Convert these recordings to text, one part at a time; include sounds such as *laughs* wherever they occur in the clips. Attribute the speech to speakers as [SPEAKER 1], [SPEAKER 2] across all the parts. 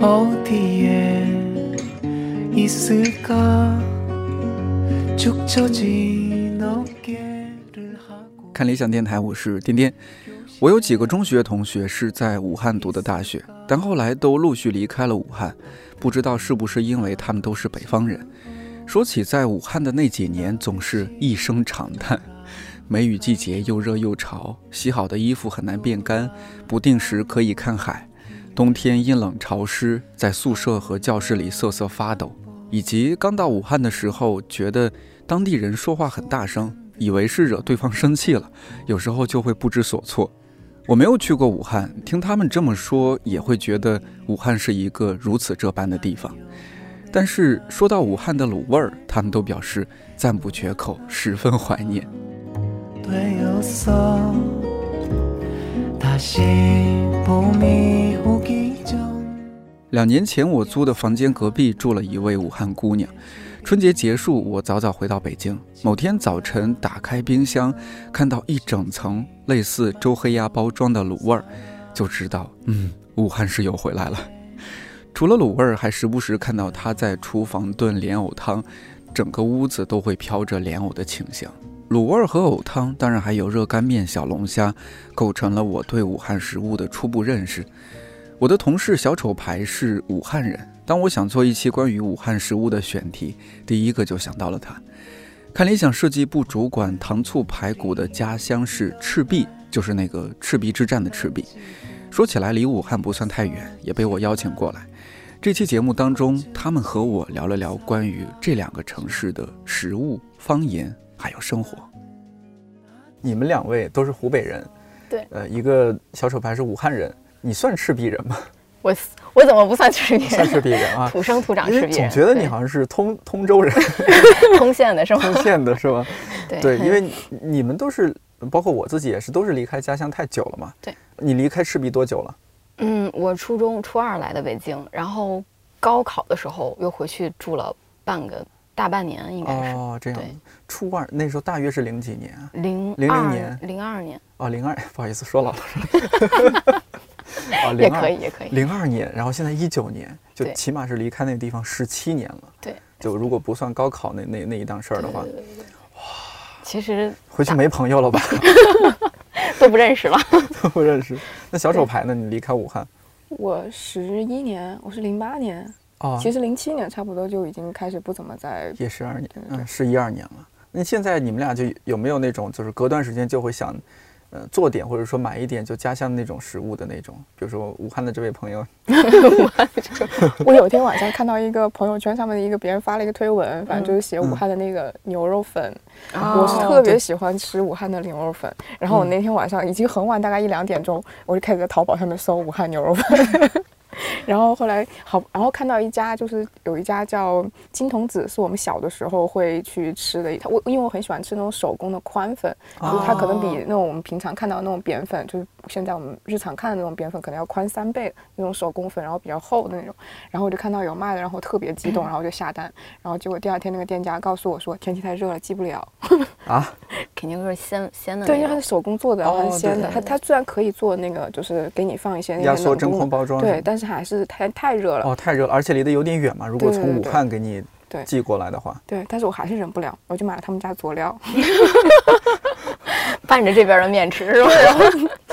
[SPEAKER 1] 어디에 있을까 죽 처진 어깨를 하고
[SPEAKER 2] 看理想电台，我是颠颠。我有几个中学同学是在武汉读的大学，但后来都陆续离开了武汉，不知道是不是因为他们都是北方人。说起在武汉的那几年，总是一声长叹。梅雨季节又热又潮，洗好的衣服很难变干，不定时可以看海。冬天阴冷潮湿，在宿舍和教室里瑟瑟发抖，以及刚到武汉的时候，觉得当地人说话很大声，以为是惹对方生气了，有时候就会不知所措。我没有去过武汉，听他们这么说，也会觉得武汉是一个如此这般的地方。但是说到武汉的卤味儿，他们都表示赞不绝口，十分怀念。
[SPEAKER 1] 되었어 다시 봄이 오기 전
[SPEAKER 2] 两年前，我租的房间隔壁住了一位武汉姑娘。春节结束，我早早回到北京。某天早晨，打开冰箱，看到一整层类似周黑鸭包装的卤味儿，就知道，嗯，武汉室友回来了。除了卤味儿，还时不时看到她在厨房炖莲藕汤，整个屋子都会飘着莲藕的清香。卤味儿和藕汤，当然还有热干面、小龙虾，构成了我对武汉食物的初步认识。我的同事小丑牌是武汉人，当我想做一期关于武汉食物的选题，第一个就想到了他。看理想设计部主管糖醋排骨的家乡是赤壁，就是那个赤壁之战的赤壁。说起来离武汉不算太远，也被我邀请过来。这期节目当中，他们和我聊了聊关于这两个城市的食物、方言还有生活。你们两位都是湖北人，
[SPEAKER 3] 对
[SPEAKER 2] 呃，一个小丑牌是武汉人，你算赤壁人吗？
[SPEAKER 3] 我我怎么不算赤壁
[SPEAKER 2] 算
[SPEAKER 3] 人？
[SPEAKER 2] 赤壁人啊
[SPEAKER 3] *laughs* ，土生土长
[SPEAKER 2] 因
[SPEAKER 3] 赤
[SPEAKER 2] 为
[SPEAKER 3] 壁人，
[SPEAKER 2] 总觉得你
[SPEAKER 3] 对
[SPEAKER 2] 好像是通通州人、
[SPEAKER 3] 通县的是吗？
[SPEAKER 2] 通
[SPEAKER 3] *laughs*
[SPEAKER 2] 县的是吧？*laughs*
[SPEAKER 3] 对
[SPEAKER 2] 对，因为你你们都是，包括我自己也是，都是离开家乡太久了嘛。
[SPEAKER 3] 对，
[SPEAKER 2] 你离开赤壁多久了？
[SPEAKER 3] 嗯，我初中初二来的北京，然后高考的时候又回去住了半个大半年，应该是
[SPEAKER 2] 哦，这样
[SPEAKER 3] 对。
[SPEAKER 2] 初二那时候大约是零几年啊？
[SPEAKER 3] 零
[SPEAKER 2] 02
[SPEAKER 3] 二
[SPEAKER 2] 年
[SPEAKER 3] 零二年
[SPEAKER 2] 哦，零二，不好意思，说老
[SPEAKER 3] *laughs*
[SPEAKER 2] 了。哦，
[SPEAKER 3] 也
[SPEAKER 2] 零
[SPEAKER 3] 可以
[SPEAKER 2] 二，
[SPEAKER 3] 也可以，
[SPEAKER 2] 零二年，然后现在一九年，就
[SPEAKER 3] 对
[SPEAKER 2] 起码是离开那个地方十七年了。
[SPEAKER 3] 对，
[SPEAKER 2] 就如果不算高考那那那一档事儿的话，
[SPEAKER 3] 其实
[SPEAKER 2] 回去没朋友
[SPEAKER 3] *laughs*
[SPEAKER 2] 了吧？
[SPEAKER 3] 都不认识了。 *laughs*
[SPEAKER 2] 都不认识。那小丑牌呢？你离开武汉
[SPEAKER 4] 我十一年，我是零八年，
[SPEAKER 2] 哦，
[SPEAKER 4] 其实零七年差不多就已经开始不怎么在。
[SPEAKER 2] 也十二年
[SPEAKER 4] 对，对
[SPEAKER 2] 嗯，是一二年了。那现在你们俩就有没有那种，就是隔段时间就会想，呃，做点或者说买一点就家乡那种食物的那种，比如说武汉的这位朋友，
[SPEAKER 4] 我有一天晚上看到一个朋友圈上面的一个别人发了一个推文，反正就是写武汉的那个牛肉粉，我是特别喜欢吃武汉的牛肉粉。然后我那天晚上已经很晚，大概一两点钟，我就开始在淘宝上面搜武汉牛肉粉。然后后来好，然后看到一家就是有一家叫金童子，是我们小的时候会去吃的一家。我因为我很喜欢吃那种手工的宽粉，就是它可能
[SPEAKER 2] 哦
[SPEAKER 4] 比那种我们平常看到的那种扁粉，就是现在我们日常看的那种扁粉，可能要宽三倍那种手工粉，然后比较厚的那种。然后我就看到有卖的，然后特别激动，然后就下单。然后结果第二天那个店家告诉我说天气太热了，寄不了。
[SPEAKER 2] 啊，
[SPEAKER 3] 肯定都是鲜鲜的
[SPEAKER 4] 对，因
[SPEAKER 3] 那
[SPEAKER 4] 为它
[SPEAKER 3] 种
[SPEAKER 4] 是。手工做的，然后
[SPEAKER 2] 哦
[SPEAKER 4] 它是鲜的。
[SPEAKER 3] 对
[SPEAKER 4] 它它虽然可以做那个，就是给你放一些那
[SPEAKER 2] 压
[SPEAKER 4] 个
[SPEAKER 2] 缩
[SPEAKER 4] 冷
[SPEAKER 2] 真
[SPEAKER 4] 冻
[SPEAKER 2] 空包装是吗
[SPEAKER 4] 对，但是还是太太热了。
[SPEAKER 2] 哦，太热了，而且离得有点远嘛。如果
[SPEAKER 4] 对对
[SPEAKER 2] 从武
[SPEAKER 4] 对
[SPEAKER 2] 汉给你
[SPEAKER 4] 对
[SPEAKER 2] 寄过来的话，
[SPEAKER 4] 对，但是我还是忍不了，我就买了他们家佐料，
[SPEAKER 3] 拌着这边的面吃是吧？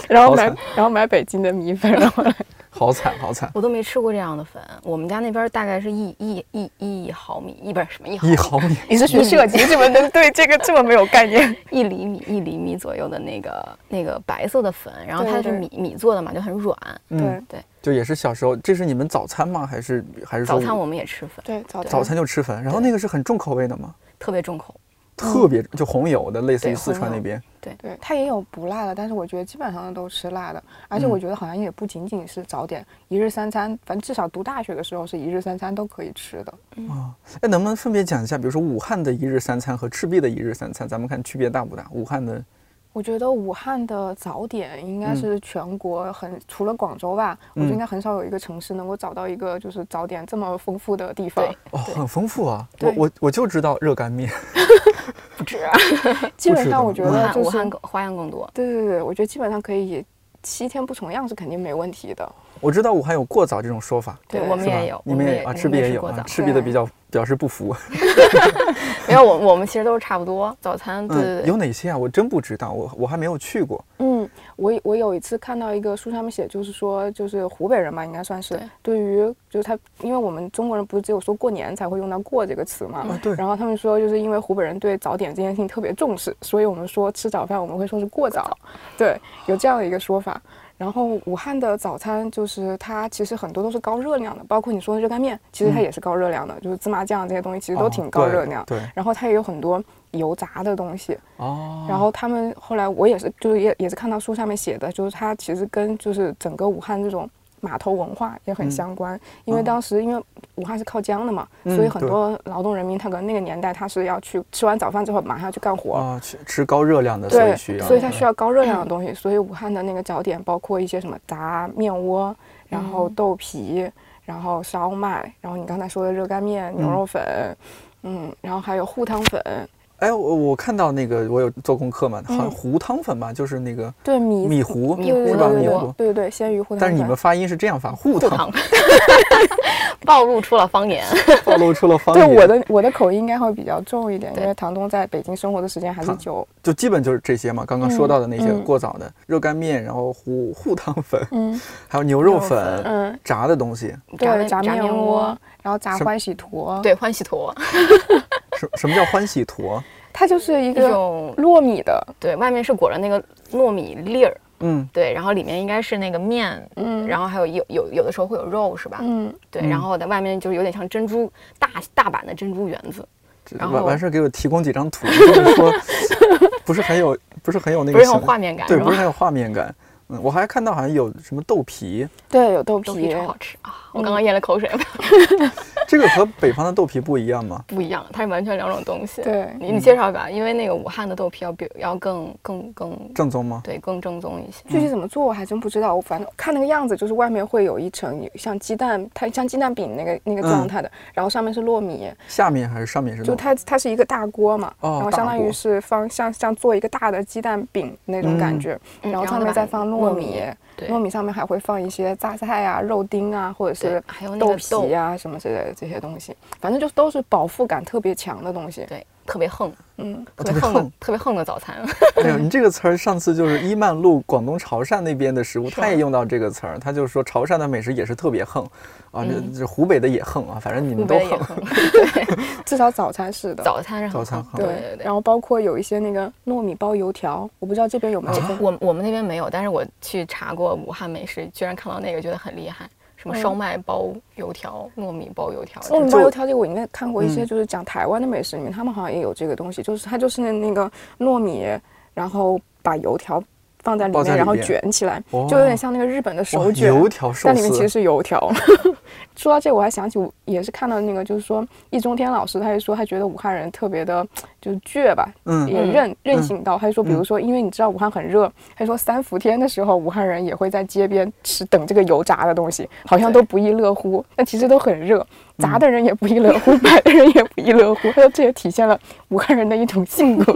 [SPEAKER 4] 然后
[SPEAKER 2] 好
[SPEAKER 4] 买
[SPEAKER 2] 惨
[SPEAKER 4] 然后买北京的米粉，然后来
[SPEAKER 2] 好惨，好惨
[SPEAKER 3] *laughs* ，我都没吃过这样的粉，我们家那边大概是一一一一毫米，一不是什么一毫
[SPEAKER 2] 一
[SPEAKER 3] 米，
[SPEAKER 2] 毫米，
[SPEAKER 4] 你是学设计，你怎么能对这个这么没
[SPEAKER 3] *laughs*
[SPEAKER 4] 有概念？
[SPEAKER 3] 一厘米一厘米左右的那个那个白色的粉，然后它
[SPEAKER 4] 对
[SPEAKER 3] 是
[SPEAKER 4] 对
[SPEAKER 3] 米米做的嘛，就很软。
[SPEAKER 4] 对
[SPEAKER 2] 嗯，就也是小时候，这是你们早餐吗？还是还是说
[SPEAKER 3] 早餐我们也吃粉，
[SPEAKER 4] 对，早
[SPEAKER 2] 早餐就吃粉，然后那个是很重口味的嘛，
[SPEAKER 3] 特别重口。
[SPEAKER 2] 特别就红油的，类似于
[SPEAKER 3] 嗯对
[SPEAKER 2] 四川
[SPEAKER 3] 红
[SPEAKER 2] 那
[SPEAKER 3] 油
[SPEAKER 2] 边
[SPEAKER 4] 对，它也有不辣的，但是我觉得基本上都吃辣的，而且我觉得好像也不仅仅是早点，一日三餐，反正至少读大学的时候是一日三餐都可以吃的。
[SPEAKER 2] 啊。哎，能不能分别讲一下，比如说武汉的一日三餐和赤壁的一日三餐，咱们看区别大不大？武汉的
[SPEAKER 4] 我觉得武汉的早点应该
[SPEAKER 2] 嗯
[SPEAKER 4] 是全国很、除了广州吧，我觉得应该很少有一个城市能够找到一个就是早点这么丰富的地方。
[SPEAKER 3] 对
[SPEAKER 2] 哦，很丰富啊！我
[SPEAKER 4] 对
[SPEAKER 2] 我我就知道热干面，
[SPEAKER 4] 基
[SPEAKER 2] 不
[SPEAKER 4] 本
[SPEAKER 2] 止的
[SPEAKER 4] 上我觉
[SPEAKER 3] 武
[SPEAKER 4] 得
[SPEAKER 3] 汉
[SPEAKER 4] 就
[SPEAKER 3] 武
[SPEAKER 4] 是
[SPEAKER 3] 汉更花样更多，
[SPEAKER 4] 对对对，我觉得基本上可以七天不重样是肯定没问题的。
[SPEAKER 2] 我知道武汉有过早这种说法，
[SPEAKER 3] 对
[SPEAKER 4] 对
[SPEAKER 3] 我们
[SPEAKER 2] 是吧
[SPEAKER 3] 也有，
[SPEAKER 2] 你
[SPEAKER 3] 我
[SPEAKER 2] 们
[SPEAKER 3] 也
[SPEAKER 2] 啊，
[SPEAKER 3] 我
[SPEAKER 2] 赤壁
[SPEAKER 3] 们
[SPEAKER 2] 也
[SPEAKER 3] 吃
[SPEAKER 2] 有
[SPEAKER 3] 过
[SPEAKER 2] 啊 *laughs*
[SPEAKER 3] 早，
[SPEAKER 2] 赤壁的
[SPEAKER 4] 对
[SPEAKER 2] 比较表示不服。
[SPEAKER 3] 没有我我们其实都是差不多，早餐对对
[SPEAKER 2] 嗯，
[SPEAKER 3] 对
[SPEAKER 2] 有哪些啊？我真不知道，我我还没有去过。
[SPEAKER 4] 嗯，我我有一次看到一个书上面写，就是说，就是湖北人吧，应该算是对于，就是他，因为我们中国人不是只有说过年才会用到“过”这个词嘛，
[SPEAKER 2] 啊，对，
[SPEAKER 4] 然后他们说，就是因为湖北人对早点这件事情特别重视，所以我们说吃早饭我们会说是过早，对，有这样的一个说法。然后武汉的早餐就是它其实很多都是高热量的，包括你说的热干面，其实它
[SPEAKER 2] 嗯
[SPEAKER 4] 也是高热量的，就是芝麻酱这些东西其实
[SPEAKER 2] 哦
[SPEAKER 4] 都挺高
[SPEAKER 2] 对
[SPEAKER 4] 热量。
[SPEAKER 2] 对，
[SPEAKER 4] 然后它也有很多油炸的东西，
[SPEAKER 2] 哦，
[SPEAKER 4] 然后他们后来我也是，就是也也是看到书上面写的，就是它其实跟就是整个武汉这种码头文化也很
[SPEAKER 2] 嗯
[SPEAKER 4] 相关，因为
[SPEAKER 2] 哦
[SPEAKER 4] 当时因为武汉是靠江的嘛，
[SPEAKER 2] 嗯
[SPEAKER 4] 所以很
[SPEAKER 2] 对
[SPEAKER 4] 多劳动人民他可能那个年代他是要去吃完早饭之后马上要去干活。
[SPEAKER 2] 啊，去吃高热量的，所
[SPEAKER 4] 对
[SPEAKER 2] 以需，要，
[SPEAKER 4] 所以它需
[SPEAKER 2] 要
[SPEAKER 4] 要高热
[SPEAKER 2] *clears throat*
[SPEAKER 4] 量的东西，所以武汉的那个早点包括一些什么炸面窝，然后
[SPEAKER 3] 嗯
[SPEAKER 4] 豆皮，然后烧麦，然后你刚才说的热干面、牛
[SPEAKER 2] 嗯
[SPEAKER 4] 肉粉，嗯，然后还有糊汤粉，
[SPEAKER 2] 哎，我我看到那个，我有做功课嘛，好像
[SPEAKER 4] 嗯
[SPEAKER 2] 糊汤粉吧，就是那个
[SPEAKER 4] 对米
[SPEAKER 2] 米糊，
[SPEAKER 3] 米
[SPEAKER 4] 对
[SPEAKER 2] 是
[SPEAKER 3] 糊
[SPEAKER 2] 吧？
[SPEAKER 3] 的
[SPEAKER 2] 米
[SPEAKER 3] 那
[SPEAKER 2] 糊
[SPEAKER 3] 个。
[SPEAKER 4] 对对对，鲜鱼糊汤粉。
[SPEAKER 2] 但是你们发音是这样发，糊
[SPEAKER 3] 不
[SPEAKER 2] 汤，
[SPEAKER 3] 糖， *laughs* 暴露出了
[SPEAKER 2] *laughs*
[SPEAKER 3] 方言。
[SPEAKER 2] 暴露出了方
[SPEAKER 4] 对
[SPEAKER 2] 言。
[SPEAKER 4] 我的我的口音应该会比较重一点，因
[SPEAKER 3] 对
[SPEAKER 4] 为唐东在北京生活的时间还是
[SPEAKER 2] 唐
[SPEAKER 4] 久。
[SPEAKER 2] 就基本就是这些嘛，刚刚说到的那些
[SPEAKER 4] 嗯嗯
[SPEAKER 2] 过早的热干面，然后糊糊汤粉， *laughs*
[SPEAKER 4] 嗯
[SPEAKER 2] 还有牛肉
[SPEAKER 3] 牛肉
[SPEAKER 2] 粉
[SPEAKER 3] 粉
[SPEAKER 4] 嗯，
[SPEAKER 2] 炸的东西。
[SPEAKER 4] 对，
[SPEAKER 3] 炸
[SPEAKER 4] 炸
[SPEAKER 3] 面
[SPEAKER 4] 面
[SPEAKER 3] 窝
[SPEAKER 4] 窝，，然后炸
[SPEAKER 2] 什
[SPEAKER 4] 欢喜坨，，
[SPEAKER 3] 对欢喜
[SPEAKER 2] *laughs*
[SPEAKER 3] 坨，
[SPEAKER 2] 什什么叫欢喜坨？
[SPEAKER 4] 它就是一
[SPEAKER 3] 一
[SPEAKER 4] 个
[SPEAKER 3] 种
[SPEAKER 4] 糯米的，
[SPEAKER 3] 对外面是裹着那个糯米粒儿，
[SPEAKER 2] 嗯，
[SPEAKER 3] 对，然后里面应该是那个面，
[SPEAKER 4] 嗯，
[SPEAKER 3] 然后还有有有有的时候会有肉是吧？
[SPEAKER 4] 嗯，
[SPEAKER 3] 对，
[SPEAKER 2] 嗯
[SPEAKER 3] 然后在外面就是有点像珍珠大大版的珍珠圆子，
[SPEAKER 2] 这
[SPEAKER 3] 然
[SPEAKER 2] 完
[SPEAKER 3] 后
[SPEAKER 2] 完事儿给我提供几张图，就是
[SPEAKER 3] *laughs*
[SPEAKER 2] 说不是很有不是很有那
[SPEAKER 3] 不
[SPEAKER 2] 个
[SPEAKER 3] 是
[SPEAKER 2] 形
[SPEAKER 3] 很有画面感
[SPEAKER 2] 对，
[SPEAKER 3] 是
[SPEAKER 2] 不是
[SPEAKER 3] 吧？
[SPEAKER 2] 很有画面感。嗯，我还看到好像有什么豆皮，
[SPEAKER 4] 对，有豆
[SPEAKER 3] 豆皮
[SPEAKER 4] 皮，哎
[SPEAKER 3] 超好吃啊！我刚刚咽了口水， *laughs*
[SPEAKER 2] 这个和北方的豆皮不一样吗？
[SPEAKER 3] 不一样，它是完全两种东西。
[SPEAKER 4] 对
[SPEAKER 3] 你你介绍吧，因为那个武汉的豆皮要比要更更更
[SPEAKER 2] 正宗吗？
[SPEAKER 3] 对更正宗一些。
[SPEAKER 4] 具体怎么做我还真不知道，我反正看那个样子，就是外面会有一层像鸡蛋，它像鸡蛋饼那个
[SPEAKER 2] 嗯
[SPEAKER 4] 那个状态的，然后上面是糯米，
[SPEAKER 2] 下面还是上面是
[SPEAKER 4] 就
[SPEAKER 2] 豆？
[SPEAKER 4] 它它是一个大锅嘛，
[SPEAKER 2] 哦
[SPEAKER 4] 然后
[SPEAKER 2] 大
[SPEAKER 4] 相当
[SPEAKER 2] 锅
[SPEAKER 4] 于是放像像做一个大的鸡蛋饼那种感
[SPEAKER 2] 嗯
[SPEAKER 4] 觉，
[SPEAKER 3] 嗯
[SPEAKER 4] 然后
[SPEAKER 3] 然
[SPEAKER 4] 上
[SPEAKER 3] 后
[SPEAKER 4] 面
[SPEAKER 3] 再
[SPEAKER 4] 再
[SPEAKER 3] 把
[SPEAKER 4] 放
[SPEAKER 3] 糯
[SPEAKER 4] 糯
[SPEAKER 3] 米
[SPEAKER 4] 米，
[SPEAKER 3] 对
[SPEAKER 4] 糯米上面还会放一些榨菜啊、肉丁啊，或者
[SPEAKER 3] 对
[SPEAKER 4] 是
[SPEAKER 3] 还有那
[SPEAKER 4] 豆
[SPEAKER 3] 个
[SPEAKER 4] 皮啊什么之类的这些东西，反正就都是饱腹感特别强的东西。
[SPEAKER 3] 对，特别横，
[SPEAKER 4] 嗯，
[SPEAKER 2] 哦特
[SPEAKER 3] 特别
[SPEAKER 2] 别
[SPEAKER 3] 横的
[SPEAKER 2] 横，
[SPEAKER 3] 特别横的早餐。
[SPEAKER 2] 哎呦，你这个词儿上次就是伊曼路广东潮汕那边的食物，
[SPEAKER 3] 是
[SPEAKER 2] 他也用到这个词儿，他就说潮汕的美食也是特别横，啊，这
[SPEAKER 3] 嗯
[SPEAKER 2] 这湖北的也横啊，反正你
[SPEAKER 3] 湖
[SPEAKER 2] 们都
[SPEAKER 3] 北也
[SPEAKER 2] 横。
[SPEAKER 3] 横，对，
[SPEAKER 4] 至少早餐是的。
[SPEAKER 3] 早餐是
[SPEAKER 2] 早
[SPEAKER 3] 很
[SPEAKER 2] 餐
[SPEAKER 3] 横，
[SPEAKER 2] 横
[SPEAKER 3] 对对对。
[SPEAKER 4] 然后包括有一些那个糯米包油条，我不知道这边有没有
[SPEAKER 2] 啊
[SPEAKER 4] 分。
[SPEAKER 3] 我我们那边没有，但是我去查过武汉美食，居然看到那个觉得很厉害，什么
[SPEAKER 4] 嗯
[SPEAKER 3] 烧麦包油条、糯米包油条，
[SPEAKER 4] 糯米
[SPEAKER 2] 就
[SPEAKER 4] 包油条这个我应该看过一些，
[SPEAKER 2] 嗯
[SPEAKER 4] 就是讲台湾的美食里面，他们好像也有这个东西，就是它就是那个糯米，然后把油条放在里
[SPEAKER 2] 包在
[SPEAKER 4] 面，
[SPEAKER 2] 里
[SPEAKER 4] 然后
[SPEAKER 2] 边
[SPEAKER 4] 卷起来，
[SPEAKER 2] 哦
[SPEAKER 4] 就有点像那个日本的
[SPEAKER 2] 哇
[SPEAKER 4] 手卷。
[SPEAKER 2] 油条寿
[SPEAKER 4] 但里面其实
[SPEAKER 2] 司，
[SPEAKER 4] 是油条。 *laughs* 说到这个，我还想起我也是看到那个，就是说易中天老师，他就说他觉得武汉人特别的，就是倔吧，
[SPEAKER 2] 嗯，
[SPEAKER 4] 也
[SPEAKER 3] 嗯
[SPEAKER 4] 任任性到，他就说，比如说，因为你知道武汉很热，他说三伏天的时候，武汉人也会在街边吃等这个油炸的东西，好像
[SPEAKER 3] 对
[SPEAKER 4] 都不亦乐乎，但其实都很热，
[SPEAKER 2] 嗯
[SPEAKER 4] 炸的人也不亦乐
[SPEAKER 2] *laughs*
[SPEAKER 4] 乎，买的人也不亦乐乎，他说这也体现了武汉人的一种性格，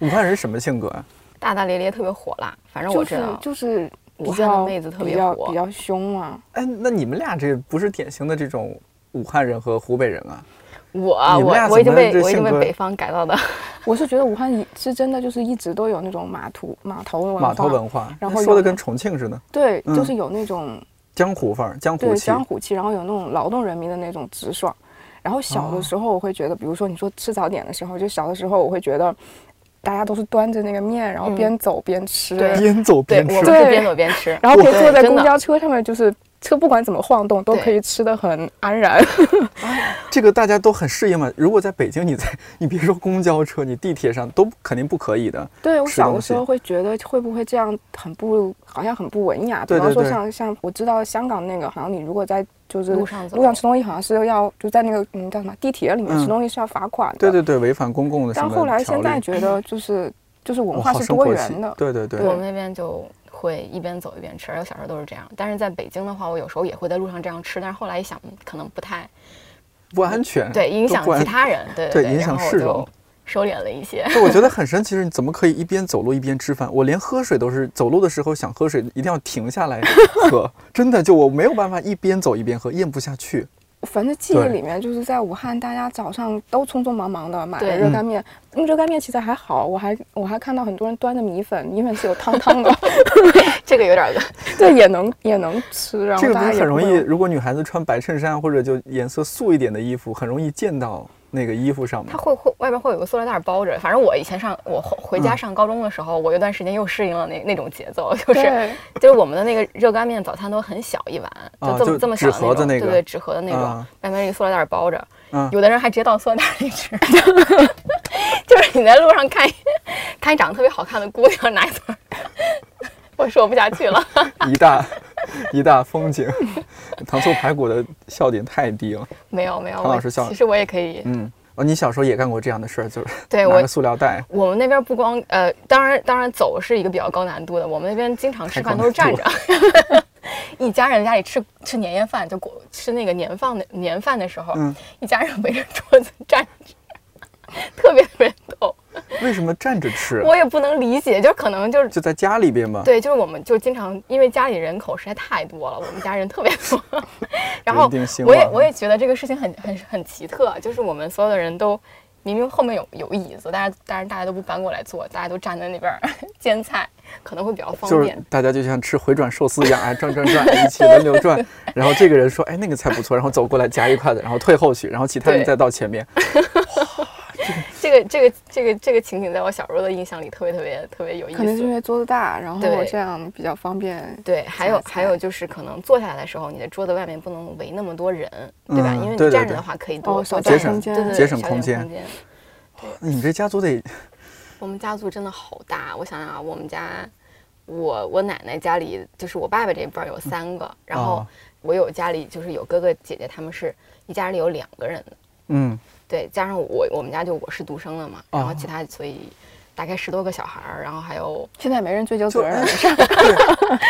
[SPEAKER 2] 武汉人什么性格啊？
[SPEAKER 3] 大大咧咧，特别火辣。反正 *laughs*
[SPEAKER 4] 就
[SPEAKER 3] 我知
[SPEAKER 4] 是
[SPEAKER 3] 道，
[SPEAKER 4] 就是比
[SPEAKER 3] 武汉的
[SPEAKER 4] 较
[SPEAKER 3] 妹子特
[SPEAKER 4] 比
[SPEAKER 3] 别
[SPEAKER 4] 较
[SPEAKER 3] 火
[SPEAKER 4] 比较凶啊嘛，
[SPEAKER 2] 哎，那你们俩这不是典型的这种武汉人和湖北人啊？
[SPEAKER 3] 我啊
[SPEAKER 2] 你们
[SPEAKER 3] 我
[SPEAKER 2] 俩
[SPEAKER 3] 我已
[SPEAKER 2] 怎
[SPEAKER 3] 经
[SPEAKER 2] 么
[SPEAKER 3] 被
[SPEAKER 2] 这
[SPEAKER 3] 我已经
[SPEAKER 2] 性
[SPEAKER 3] 被
[SPEAKER 2] 格
[SPEAKER 3] 北方改造的，
[SPEAKER 4] 我是觉得武汉一是真的就是一直都有那种码头码头文化，
[SPEAKER 2] 码头文化，
[SPEAKER 4] 然后
[SPEAKER 2] 说的
[SPEAKER 4] 有
[SPEAKER 2] 跟重庆似的，
[SPEAKER 4] 对，
[SPEAKER 2] 嗯
[SPEAKER 4] 就是有那种
[SPEAKER 2] 江湖范儿，江湖
[SPEAKER 4] 对
[SPEAKER 2] 气，
[SPEAKER 4] 江湖气，然后有那种劳动人民的那种直爽。然后小
[SPEAKER 2] 哦
[SPEAKER 4] 的时候我会觉得，比如说你说吃早点的时候，就小的时候我会觉得，大家都是端着那个面，然后
[SPEAKER 3] 嗯
[SPEAKER 4] 边走边吃，
[SPEAKER 3] 对
[SPEAKER 2] 边走
[SPEAKER 3] 对
[SPEAKER 2] 边
[SPEAKER 3] 我
[SPEAKER 2] 吃
[SPEAKER 3] 们。
[SPEAKER 4] 对
[SPEAKER 3] 是边走边吃，
[SPEAKER 4] *laughs* 然后可以
[SPEAKER 3] 对
[SPEAKER 4] 坐在
[SPEAKER 3] 真
[SPEAKER 4] 公
[SPEAKER 3] 的
[SPEAKER 4] 交车上面，就是车不管怎么晃动都
[SPEAKER 3] 对
[SPEAKER 4] 可以吃的很
[SPEAKER 2] *laughs*
[SPEAKER 4] 安然。
[SPEAKER 2] 这个大家都很适应嘛。如果在北京，你在你别说公交车，你地铁上都肯定不可以的。
[SPEAKER 4] 对我
[SPEAKER 2] 吃
[SPEAKER 4] 小
[SPEAKER 2] 东
[SPEAKER 4] 的时候
[SPEAKER 2] 西
[SPEAKER 4] 会觉得会不会这样很不好像很不文雅，比
[SPEAKER 2] 对
[SPEAKER 4] 方
[SPEAKER 2] 对
[SPEAKER 4] 说
[SPEAKER 2] 对
[SPEAKER 4] 像像我知道香港那个，好像你如果在就是
[SPEAKER 3] 路上走
[SPEAKER 4] 路上吃东西，好像是要就在那个嗯叫什么地铁里面
[SPEAKER 2] 嗯
[SPEAKER 4] 吃东西是要罚款的。
[SPEAKER 2] 对对对，违反公共的什
[SPEAKER 4] 但
[SPEAKER 2] 么
[SPEAKER 4] 后来
[SPEAKER 2] 条
[SPEAKER 4] 现在
[SPEAKER 2] 例
[SPEAKER 4] 觉得就是就是文
[SPEAKER 2] 哇
[SPEAKER 4] 化
[SPEAKER 2] 好
[SPEAKER 4] 是
[SPEAKER 2] 生
[SPEAKER 4] 多
[SPEAKER 2] 活气
[SPEAKER 4] 元的，
[SPEAKER 2] 对对对，
[SPEAKER 3] 我们那边就会一边走一边吃，而且我小时候都是这样。但是在北京的话，我有时候也会在路上这样吃，但是后来一想，嗯可能不太
[SPEAKER 2] 不安全，
[SPEAKER 3] 对，影
[SPEAKER 2] 嗯都
[SPEAKER 3] 响
[SPEAKER 2] 不安
[SPEAKER 3] 其他人，对
[SPEAKER 2] 对
[SPEAKER 3] 对，
[SPEAKER 2] 影
[SPEAKER 3] 然
[SPEAKER 2] 响
[SPEAKER 3] 后我
[SPEAKER 2] 市
[SPEAKER 3] 就
[SPEAKER 2] 容
[SPEAKER 3] 收敛了一些。
[SPEAKER 2] *laughs* 对，我觉得很神奇是，你怎么可以一边走路一边吃饭？我连喝水都是走路的时候想喝水，一定要停下来
[SPEAKER 3] *laughs*
[SPEAKER 2] 喝，真的就我没有办法一边走一边喝，咽不下去。
[SPEAKER 4] 反正记忆里面就是在武汉，大家早上都匆匆忙忙的买了
[SPEAKER 2] 嗯
[SPEAKER 4] 热干面。那热干面其实还好，我还我还看到很多人端着米粉，米粉是有汤汤的， *laughs*
[SPEAKER 3] 这个有点饿。
[SPEAKER 4] 对，也能也能吃。然后
[SPEAKER 2] 这个
[SPEAKER 4] 大
[SPEAKER 2] 不
[SPEAKER 4] 家
[SPEAKER 2] 是
[SPEAKER 4] 也
[SPEAKER 2] 很容
[SPEAKER 4] 不
[SPEAKER 2] 易，
[SPEAKER 4] 会
[SPEAKER 2] 如果女孩子穿白衬衫或者就颜色素一点的衣服，很容易溅到那个衣服上
[SPEAKER 3] 它
[SPEAKER 2] 嘛。
[SPEAKER 3] 会会外边会有个塑料袋包着，反正我以前上我回回家
[SPEAKER 2] 嗯
[SPEAKER 3] 上高中的时候，我有段时间又适应了那那种节奏，就是
[SPEAKER 4] 对
[SPEAKER 3] 就是我们的那个热干面早餐都很小一碗，
[SPEAKER 2] 啊
[SPEAKER 3] 这么、
[SPEAKER 2] 就
[SPEAKER 3] 这么
[SPEAKER 2] 纸
[SPEAKER 3] 小
[SPEAKER 2] 盒子
[SPEAKER 3] 种，
[SPEAKER 2] 那
[SPEAKER 3] 对
[SPEAKER 2] 个
[SPEAKER 3] 对，纸盒的那种，
[SPEAKER 2] 啊
[SPEAKER 3] 外面一个塑料袋包着，
[SPEAKER 2] 嗯
[SPEAKER 3] 有的人还直接倒塑料袋里吃， *laughs* 就是你在路上看一 *laughs* 看一长得特别好看的姑娘拿一撮儿， *laughs* 我说不下去了， *laughs*
[SPEAKER 2] 一大 *laughs* 一大风景， *laughs* 糖醋排骨的笑点太低了。
[SPEAKER 3] 没有没有，
[SPEAKER 2] 唐
[SPEAKER 3] 我
[SPEAKER 2] 老师笑了
[SPEAKER 3] 其实我也可以，
[SPEAKER 2] 嗯，哦，你小时候也干过这样的事儿，就是
[SPEAKER 3] 对
[SPEAKER 2] 拿
[SPEAKER 3] 我
[SPEAKER 2] 个塑料袋，
[SPEAKER 3] 我们那边不光呃，当然当然走是一个比较高难度的，我们那边经常吃饭都是站着，一家人家里吃吃年夜饭，就过吃那个年饭的年饭的时候，
[SPEAKER 2] 嗯
[SPEAKER 3] 一家人围着桌子站着 *laughs* 吃，特别特别逗，
[SPEAKER 2] 为什么站着吃？
[SPEAKER 3] 我也不能理解，就可能就是
[SPEAKER 2] 就在家里边嘛。
[SPEAKER 3] 对，就是我们就经常因为家里人口实在太多了，我们家人特别
[SPEAKER 2] *laughs*
[SPEAKER 3] 多，然
[SPEAKER 2] 人
[SPEAKER 3] 后
[SPEAKER 2] 丁兴
[SPEAKER 3] 我也
[SPEAKER 2] 旺
[SPEAKER 3] 我也觉得这个事情很很很奇特，就是我们所有的人都明明后面有有椅子，但是但是大家都不搬过来坐，大家都站在那边儿 *laughs* 煎菜，可能会比较方
[SPEAKER 2] 就是
[SPEAKER 3] 便。
[SPEAKER 2] 大家就像吃回转寿司一样，哎，转转转，一起轮流转。然后这个人说，哎，那个菜不错，然后走过来夹一筷子，然后退后去，然后其他人
[SPEAKER 3] 对
[SPEAKER 2] 再到前面。
[SPEAKER 3] 这个这个这个这个情景在我小时候的印象里特别特别特别有
[SPEAKER 2] *laughs*
[SPEAKER 3] 意
[SPEAKER 4] 可能是因
[SPEAKER 3] 思。
[SPEAKER 4] 为桌子大，然后
[SPEAKER 3] 对
[SPEAKER 4] 我这样比较方便。
[SPEAKER 3] 对，还有
[SPEAKER 4] 夹菜
[SPEAKER 3] 还有就是，可能坐下来的时候，你的桌子外面不能围那么多人，对吧？
[SPEAKER 2] 嗯
[SPEAKER 3] 因为
[SPEAKER 2] 对对
[SPEAKER 3] 你站着
[SPEAKER 2] 对
[SPEAKER 3] 的话可以
[SPEAKER 4] 哦
[SPEAKER 3] 多
[SPEAKER 4] 小
[SPEAKER 3] 多
[SPEAKER 2] 节
[SPEAKER 3] 站
[SPEAKER 2] 省
[SPEAKER 3] 着对对对
[SPEAKER 2] 节省
[SPEAKER 3] 小
[SPEAKER 2] 空
[SPEAKER 3] 点
[SPEAKER 2] 间
[SPEAKER 3] 空间。
[SPEAKER 2] 你们这家族得
[SPEAKER 3] 我们家族真的好大，我想想啊，我们家，我我奶奶家里就是我爸爸这边儿有三个，然后
[SPEAKER 2] 哦
[SPEAKER 3] 我有家里就是有哥哥姐姐，他们是一家里有两个人的，
[SPEAKER 2] 嗯，
[SPEAKER 3] 对，加上我我们家就我是独生的嘛，然后
[SPEAKER 2] 哦
[SPEAKER 3] 其他所以大概十多个小孩儿，然后还有
[SPEAKER 4] 现在没人追究责任了，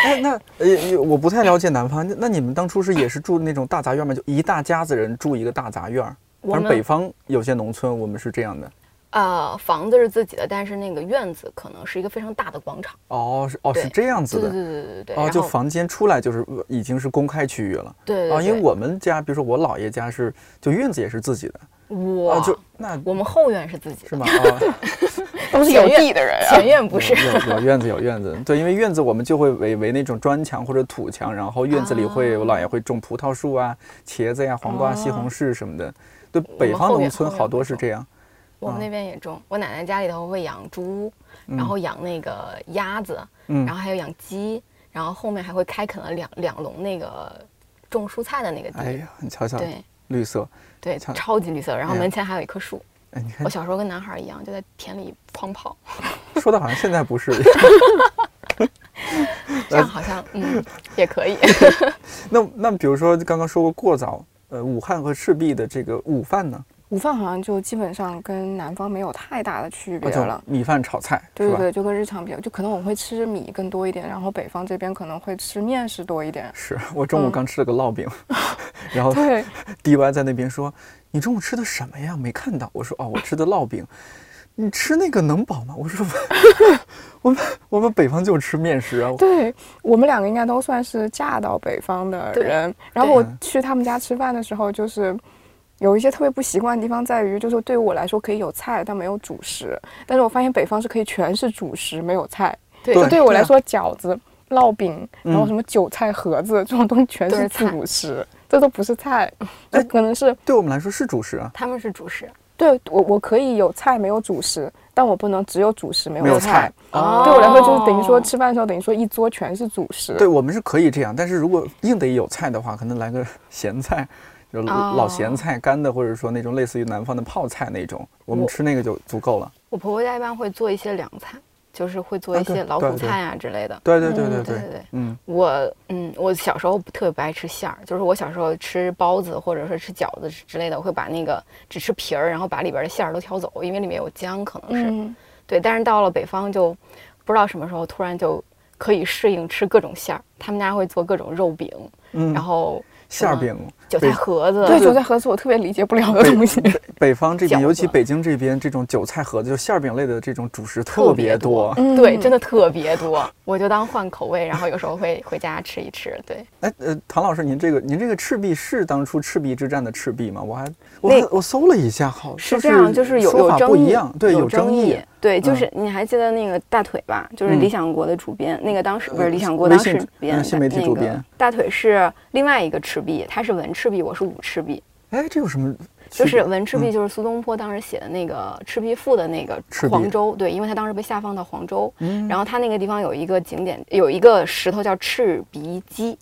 [SPEAKER 2] 哎，那呃，我不太了解南方，那那你们当初是也是住那种大杂院吗？就一大家子人住一个大杂院儿。
[SPEAKER 3] 我
[SPEAKER 2] 反
[SPEAKER 3] 们
[SPEAKER 2] 正北方有些农村，我们是这样的。
[SPEAKER 3] 呃房子是自己的，但是那个院子可能是一个非常大的广场，
[SPEAKER 2] 哦，是哦，
[SPEAKER 3] 对
[SPEAKER 2] 是这样子
[SPEAKER 3] 对对
[SPEAKER 2] 的。
[SPEAKER 3] 对对对对，
[SPEAKER 2] 哦，
[SPEAKER 3] 然
[SPEAKER 2] 就
[SPEAKER 3] 后
[SPEAKER 2] 房间出来就是呃已经是公开区域了。
[SPEAKER 3] 对对
[SPEAKER 2] 啊、
[SPEAKER 3] 对，
[SPEAKER 2] 因为我们家，比如说我姥爷家是，就院子也是自己的，
[SPEAKER 3] 我、
[SPEAKER 2] 啊，就
[SPEAKER 4] 哦 *laughs*
[SPEAKER 2] 那
[SPEAKER 3] 我们后院是自己
[SPEAKER 2] 是
[SPEAKER 3] 的，
[SPEAKER 2] 吗？哦啊，
[SPEAKER 4] 都是有地的人啊。
[SPEAKER 3] 前院不是。
[SPEAKER 2] 有有
[SPEAKER 4] *laughs*
[SPEAKER 2] 有院子有院子，对，因为院子我们就会围围那种砖墙或者土墙，然后院子里会、
[SPEAKER 4] 哦
[SPEAKER 2] 我姥爷会种葡萄树啊、茄子呀、黄瓜、西红柿什么的。对，北方农村好多是这样。
[SPEAKER 3] 我
[SPEAKER 2] 啊
[SPEAKER 3] 们那边也种，我奶奶家里头会养猪，然后养那个鸭子，
[SPEAKER 2] 嗯
[SPEAKER 3] 然后还有养鸡，然后后面还会开垦了两两笼那个种蔬菜的那个地，
[SPEAKER 2] 哎呀，你瞧瞧，
[SPEAKER 3] 对
[SPEAKER 2] 绿色，
[SPEAKER 3] 对，
[SPEAKER 2] 操
[SPEAKER 3] 超级绿色。然后
[SPEAKER 2] 哎呀
[SPEAKER 3] 门前还有一棵树，
[SPEAKER 2] 哎，你看
[SPEAKER 4] 哦
[SPEAKER 3] 我小时候跟男孩儿一样，就在田里
[SPEAKER 2] *laughs*
[SPEAKER 3] 狂跑，
[SPEAKER 2] 说的好像现在不
[SPEAKER 4] *laughs*
[SPEAKER 2] 是。
[SPEAKER 3] 这样好像
[SPEAKER 2] 哎
[SPEAKER 3] 嗯 *laughs* 也
[SPEAKER 2] *laughs*
[SPEAKER 3] 可以。
[SPEAKER 2] 那那比如说刚刚说过过早，呃，武汉和赤壁的这个午饭呢，
[SPEAKER 4] 午饭好像就基本上跟南方没有太大的区别
[SPEAKER 2] 那种
[SPEAKER 4] 了。
[SPEAKER 2] 哦米饭炒菜
[SPEAKER 4] 对对
[SPEAKER 2] 是吧？
[SPEAKER 4] 对，就跟日常比较，就可能我会吃米更多一点，然后北方这边可能会吃面食多一点。
[SPEAKER 2] 是我中午
[SPEAKER 4] 嗯
[SPEAKER 2] 刚吃了个
[SPEAKER 4] *laughs*
[SPEAKER 2] 烙饼，然后
[SPEAKER 4] 对，
[SPEAKER 2] DY 在那边说：“你中午吃的什么呀？没看到。”我说：“哦，我吃的烙饼。” *laughs* 你吃那个能饱吗？我说：“ *laughs* 我们我们北方就吃面食啊。
[SPEAKER 4] 对我们两个应该都算是嫁到北方的
[SPEAKER 3] 对
[SPEAKER 4] 人。然后我
[SPEAKER 2] 嗯
[SPEAKER 4] 去他们家吃饭的时候，就是有一些特别不习惯的地方，在于就是对于我来说可以有菜，但没有主食。但是我发现北方是可以全是主食，没有菜。
[SPEAKER 3] 对
[SPEAKER 4] 就
[SPEAKER 2] 对
[SPEAKER 4] 对我来
[SPEAKER 2] 啊
[SPEAKER 4] 说，饺子、烙饼，然后
[SPEAKER 2] 嗯
[SPEAKER 4] 什么韭菜盒子这种东西全
[SPEAKER 3] 都
[SPEAKER 4] 是
[SPEAKER 3] 是菜
[SPEAKER 4] 主食，这都不是菜，这可能是
[SPEAKER 2] 对我们来说是主食啊。
[SPEAKER 3] 他们是主食，
[SPEAKER 4] 对我我可以有菜没有主食，但我不能只有主食没
[SPEAKER 2] 没有
[SPEAKER 4] 有
[SPEAKER 2] 菜啊
[SPEAKER 4] 菜。
[SPEAKER 3] 哦
[SPEAKER 4] 对我来说，就是等于说吃饭的时候，等于说一桌全是主食。
[SPEAKER 2] 对我们是可以这样，但是如果硬得有菜的话，可能来个咸菜，就老
[SPEAKER 3] 哦
[SPEAKER 2] 老咸菜干的，或者说那种类似于南方的泡菜那种，我们
[SPEAKER 3] 我
[SPEAKER 2] 吃那个就足够了。
[SPEAKER 3] 我婆婆家一般会做一些凉菜，就是会做
[SPEAKER 2] 啊
[SPEAKER 3] 一
[SPEAKER 2] 对
[SPEAKER 3] 些老
[SPEAKER 2] 对
[SPEAKER 3] 虎
[SPEAKER 2] 对
[SPEAKER 3] 菜啊之类的。
[SPEAKER 2] 对对对对
[SPEAKER 3] 对
[SPEAKER 4] 嗯
[SPEAKER 3] 对对
[SPEAKER 2] 嗯，
[SPEAKER 3] 我嗯，我小时候不特别不爱吃馅儿，就是我小时候吃包子或者是吃饺子之类的，我会把那个只吃皮儿，然后把里边的馅儿都挑走，因为里面有姜，可能是、
[SPEAKER 4] 嗯，
[SPEAKER 3] 对。但是到了北方就不知道什么时候突然就可以适应吃各种馅儿，他们家会做各种肉饼，
[SPEAKER 2] 嗯
[SPEAKER 3] 然后
[SPEAKER 2] 馅儿饼，
[SPEAKER 5] 韭菜盒子，
[SPEAKER 4] 对，韭菜盒子我特别理解不了的东西。
[SPEAKER 2] 北方这边，
[SPEAKER 5] 饺
[SPEAKER 2] 尤其
[SPEAKER 5] 子
[SPEAKER 2] 北京这边，这种韭菜盒子就馅儿饼类的这种主食
[SPEAKER 5] 特
[SPEAKER 2] 特
[SPEAKER 5] 别
[SPEAKER 2] 别多。
[SPEAKER 4] 嗯
[SPEAKER 5] 对，真的特别多，我就当换口味，然后有时候会回家吃一吃。对，
[SPEAKER 2] 哎，呃，唐老师，您这个您这个赤壁是当初赤壁之战的赤壁吗？我还我
[SPEAKER 5] 那
[SPEAKER 2] 还我搜了一下，好
[SPEAKER 3] 是这样，就是有
[SPEAKER 2] 说
[SPEAKER 3] 有
[SPEAKER 2] 法
[SPEAKER 3] 争
[SPEAKER 2] 不
[SPEAKER 3] 议，
[SPEAKER 2] 一样，对，有
[SPEAKER 3] 争
[SPEAKER 2] 议。。
[SPEAKER 3] 对，就是你还记得那个大腿吧？就是
[SPEAKER 2] 嗯
[SPEAKER 3] 理想国的主编，那个当时不是
[SPEAKER 2] 呃
[SPEAKER 3] 理想国
[SPEAKER 2] 微
[SPEAKER 3] 当
[SPEAKER 2] 信
[SPEAKER 3] 时
[SPEAKER 2] 主
[SPEAKER 3] 编
[SPEAKER 2] 嗯
[SPEAKER 3] 的，
[SPEAKER 2] 新媒体主编。
[SPEAKER 3] 大腿是另外一个赤壁，他是文赤壁，我是武赤壁。
[SPEAKER 2] 哎，这有什么区别？
[SPEAKER 3] 就是文赤壁，
[SPEAKER 2] 嗯
[SPEAKER 3] 就是苏东坡当时写的那个《赤壁赋》的那个
[SPEAKER 2] 赤壁
[SPEAKER 3] 黄州，对，因为他当时被下放到黄州，
[SPEAKER 2] 嗯
[SPEAKER 3] 然后他那个地方有一个景点，有一个石头叫赤鼻矶，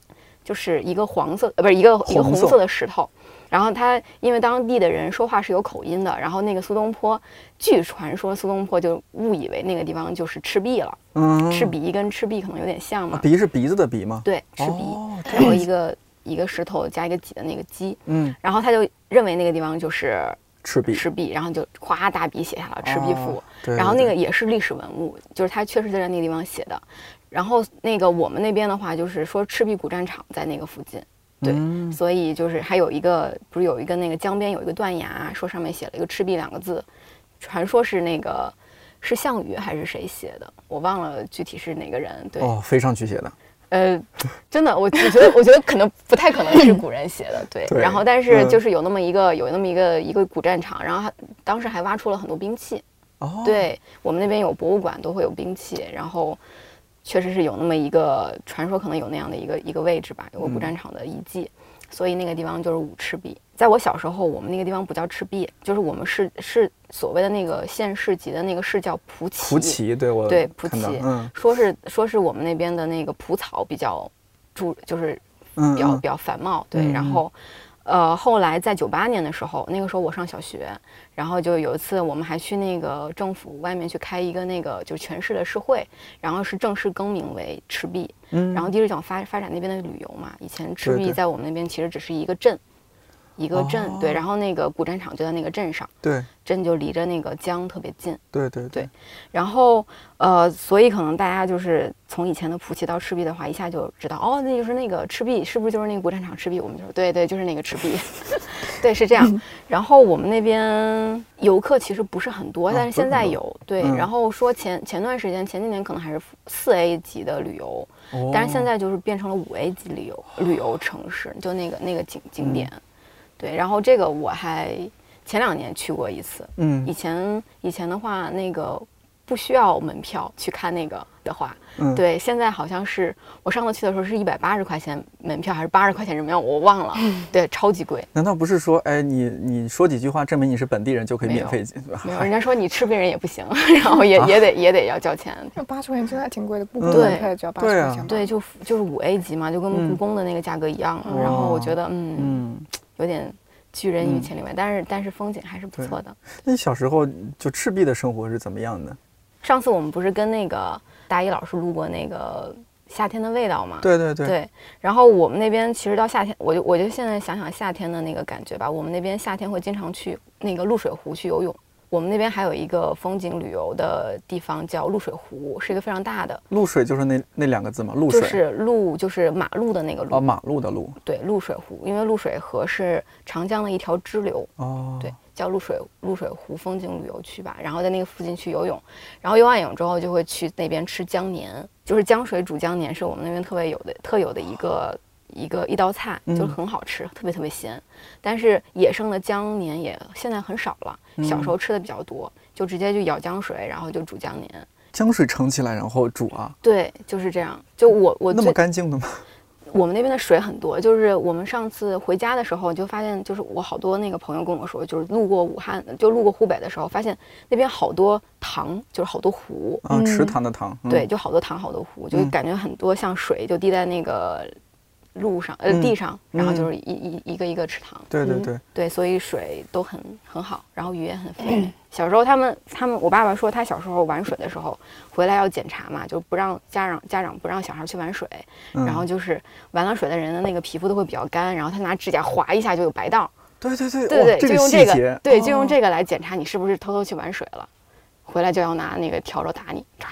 [SPEAKER 3] 就是一个黄色，呃，不是一个一
[SPEAKER 2] 红
[SPEAKER 3] 个红
[SPEAKER 2] 色
[SPEAKER 3] 色的石头。然后他因为当地的人说话是有口音的，然后那个苏东坡，据传说苏东坡就误以为那个地方就是赤壁了，
[SPEAKER 2] 嗯啊
[SPEAKER 3] 赤鼻跟赤壁可能有点像嘛，
[SPEAKER 2] 鼻是鼻子的鼻吗？
[SPEAKER 3] 对，赤鼻，
[SPEAKER 2] 哦
[SPEAKER 3] 然后一个一个石头加一个己的那个鸡，
[SPEAKER 2] 嗯，
[SPEAKER 3] 然后他就认为那个地方就是
[SPEAKER 2] 赤壁，
[SPEAKER 3] 赤壁，然后就夸大笔写下了《赤壁赋
[SPEAKER 2] 嗯哦》对
[SPEAKER 3] 然后
[SPEAKER 2] 对
[SPEAKER 3] 那个
[SPEAKER 2] 对
[SPEAKER 3] 也是历史文物，就是它确实在那个地方写的。然后那个我们那边的话，就是说赤壁古战场在那个附近，对，
[SPEAKER 2] 嗯
[SPEAKER 3] 所以就是还有一个不是有一个那个江边有一个断崖，说上面写了一个“赤壁”两个字，传说是那个是项羽还是谁写的，我忘了具体是哪个人。对，
[SPEAKER 2] 哦，飞上去写的，
[SPEAKER 5] 呃，真的，我我觉得我觉得可能不太可能是古人写的，对。
[SPEAKER 2] 对
[SPEAKER 3] 然后但是
[SPEAKER 2] 嗯
[SPEAKER 3] 就是有那么一个、有那么一个一个古战场，然后还当时还挖出了很多兵器，
[SPEAKER 2] 哦，，
[SPEAKER 3] 对我们那边有博物馆，都会有兵器，然后确实是有那么一个传说，可能有那样的一个一个位置吧，有个
[SPEAKER 2] 嗯
[SPEAKER 3] 古战场的遗迹，所以那个地方就是五赤壁。在我小时候，我们那个地方不叫赤壁，就是我们市市所谓的那个县市级的那个市叫蒲旗，
[SPEAKER 2] 蒲旗，对我
[SPEAKER 3] 对蒲
[SPEAKER 2] 看到
[SPEAKER 3] 旗
[SPEAKER 2] 嗯
[SPEAKER 3] 说是说是我们那边的那个蒲草比较注，就是
[SPEAKER 2] 嗯，
[SPEAKER 3] 比较
[SPEAKER 2] 嗯
[SPEAKER 3] 比较繁茂，对。然
[SPEAKER 2] 嗯嗯
[SPEAKER 3] 后，呃，后来在九八年的时候，那个时候我上小学，然后就有一次我们还去那个政府外面去开一个那个就是全市的市会，然后是正式更名为赤壁，
[SPEAKER 2] 嗯，
[SPEAKER 3] 然后第一是讲发发展那边的旅游嘛，以前赤
[SPEAKER 2] 对
[SPEAKER 3] 壁
[SPEAKER 2] 对
[SPEAKER 3] 在我们那边其实只是一个镇，一个镇，对。
[SPEAKER 2] 哦
[SPEAKER 3] 然后那个古战场就在那个镇上，
[SPEAKER 2] 对
[SPEAKER 3] 镇就离着那个江特别近，
[SPEAKER 2] 对对
[SPEAKER 3] 对，然后呃，所以可能大家就是从以前的蒲旗到赤壁的话，一下就知道哦，那就是那个赤壁，是不是就是那个古战场赤壁？我们就说对对，就是那个赤壁， *laughs* 对是这
[SPEAKER 2] 嗯
[SPEAKER 3] 样。然后我们那边游客其实不是很多，
[SPEAKER 2] 啊
[SPEAKER 3] 但是
[SPEAKER 2] 不是
[SPEAKER 3] 现在
[SPEAKER 2] 很多
[SPEAKER 3] 有、对。
[SPEAKER 2] 嗯
[SPEAKER 3] 然后说前前段时间前几年可能还是四 A 级的旅游，
[SPEAKER 2] 哦
[SPEAKER 3] 但是现在就是变成了五 A 级旅游旅游城市，就那个那个景
[SPEAKER 2] 嗯
[SPEAKER 3] 景点，对。然后这个我还前两年去过一次，以
[SPEAKER 2] 嗯
[SPEAKER 3] 前以前的话，那个不需要门票去看那个的话，
[SPEAKER 2] 嗯，
[SPEAKER 3] 对，现在好像是我上次去的时候是一百八十块钱门票，还是八十块钱人民币，我忘了，
[SPEAKER 2] 嗯
[SPEAKER 3] 对，超
[SPEAKER 2] *laughs*
[SPEAKER 3] 级贵。
[SPEAKER 2] 难道不是说，哎，你你说几句话证明你是本地人就可以
[SPEAKER 3] 没
[SPEAKER 2] 免
[SPEAKER 3] 有
[SPEAKER 2] 费进？
[SPEAKER 3] 没有，
[SPEAKER 2] 哎
[SPEAKER 3] 人家说你吃别人也不行， *laughs* 然后
[SPEAKER 2] 啊
[SPEAKER 3] 也也得也得要交钱。
[SPEAKER 4] 八十块钱真的还挺贵的，不
[SPEAKER 2] 嗯
[SPEAKER 4] 不
[SPEAKER 3] 对
[SPEAKER 4] 开只要八十
[SPEAKER 2] 对
[SPEAKER 4] 块
[SPEAKER 2] 啊
[SPEAKER 4] 钱吧。
[SPEAKER 3] 对，就就是五 A 级嘛，就跟
[SPEAKER 2] 嗯
[SPEAKER 3] 故宫的那个价格一样。然后我觉得，嗯，
[SPEAKER 2] 嗯，
[SPEAKER 3] 有点拒人于
[SPEAKER 2] 嗯
[SPEAKER 3] 千里外，但是但是风景还是不
[SPEAKER 2] 对
[SPEAKER 3] 错的。
[SPEAKER 2] 那你小时候就赤壁的生活是怎么样的？
[SPEAKER 3] 上次我们不是跟那个大一老师录过那个夏天的味道嘛？
[SPEAKER 2] 对对对，
[SPEAKER 3] 对，然后我们那边其实到夏天，我就我就现在想想夏天的那个感觉吧。我们那边夏天会经常去那个渌水湖去游泳。我们那边还有一个风景旅游的地方叫渌水湖，是一个非常大的，
[SPEAKER 2] 露水就是那那两个字嘛，露
[SPEAKER 3] 就
[SPEAKER 2] 水
[SPEAKER 3] 是路就是马路的那个路，
[SPEAKER 2] 啊，马路的路
[SPEAKER 3] 对，渌水湖，因为渌水河是长江的一条支流，
[SPEAKER 2] 哦，
[SPEAKER 3] 对，，叫渌水渌水湖风景旅游区吧。然后在那个附近去游泳，然后游完泳之后就会去那边吃江年，就是江水煮江年，是我们那边特别有的特有的一个一个一道菜，就是
[SPEAKER 2] 嗯
[SPEAKER 3] 很好吃，特别特别鲜。但是野生的江年也现在很少了，小
[SPEAKER 2] 嗯
[SPEAKER 3] 时候吃的比较多，就直接就舀江水，然后就煮江年。
[SPEAKER 2] 江水盛起来然后煮啊，
[SPEAKER 3] 对，就是这样。就我我
[SPEAKER 2] 那
[SPEAKER 3] 最
[SPEAKER 2] 么干净的吗？
[SPEAKER 3] 我们那边的水很多，就是我们上次回家的时候，就发现，就是我好多那个朋友跟我说，就是路过武汉，就路过湖北的时候，发现那边好多塘，就是好多湖，
[SPEAKER 2] 啊，池
[SPEAKER 4] 嗯
[SPEAKER 2] 塘的塘，嗯
[SPEAKER 3] 对，，就好多塘，好多湖，就
[SPEAKER 2] 嗯
[SPEAKER 3] 感觉很多像水就滴在那个路上，呃，
[SPEAKER 2] 嗯
[SPEAKER 3] 地上，然后
[SPEAKER 2] 嗯
[SPEAKER 3] 就是一一一个一个池塘，
[SPEAKER 2] 对对
[SPEAKER 4] 嗯
[SPEAKER 2] 对，
[SPEAKER 3] 对，所以水都很很好，然后鱼也很肥
[SPEAKER 2] 嗯
[SPEAKER 3] 美。 *clears throat* 小时候他们他们，我爸爸说他小时候玩水的时候回来要检查嘛，就不让家长家长不让小孩去玩水，
[SPEAKER 2] 嗯
[SPEAKER 3] 然后就是玩了水的人的那个皮肤都会比较干，然后他拿指甲划一下就有白道儿，
[SPEAKER 2] 对对对，
[SPEAKER 3] 对
[SPEAKER 2] 哇
[SPEAKER 3] 对，
[SPEAKER 2] 这
[SPEAKER 3] 就
[SPEAKER 2] 个
[SPEAKER 3] 用
[SPEAKER 2] 细
[SPEAKER 3] 这
[SPEAKER 2] 节
[SPEAKER 3] 个，对，就用
[SPEAKER 2] 哦
[SPEAKER 3] 这个来检查你是不是偷偷去玩水了，回来就要拿那个笤帚打你，唰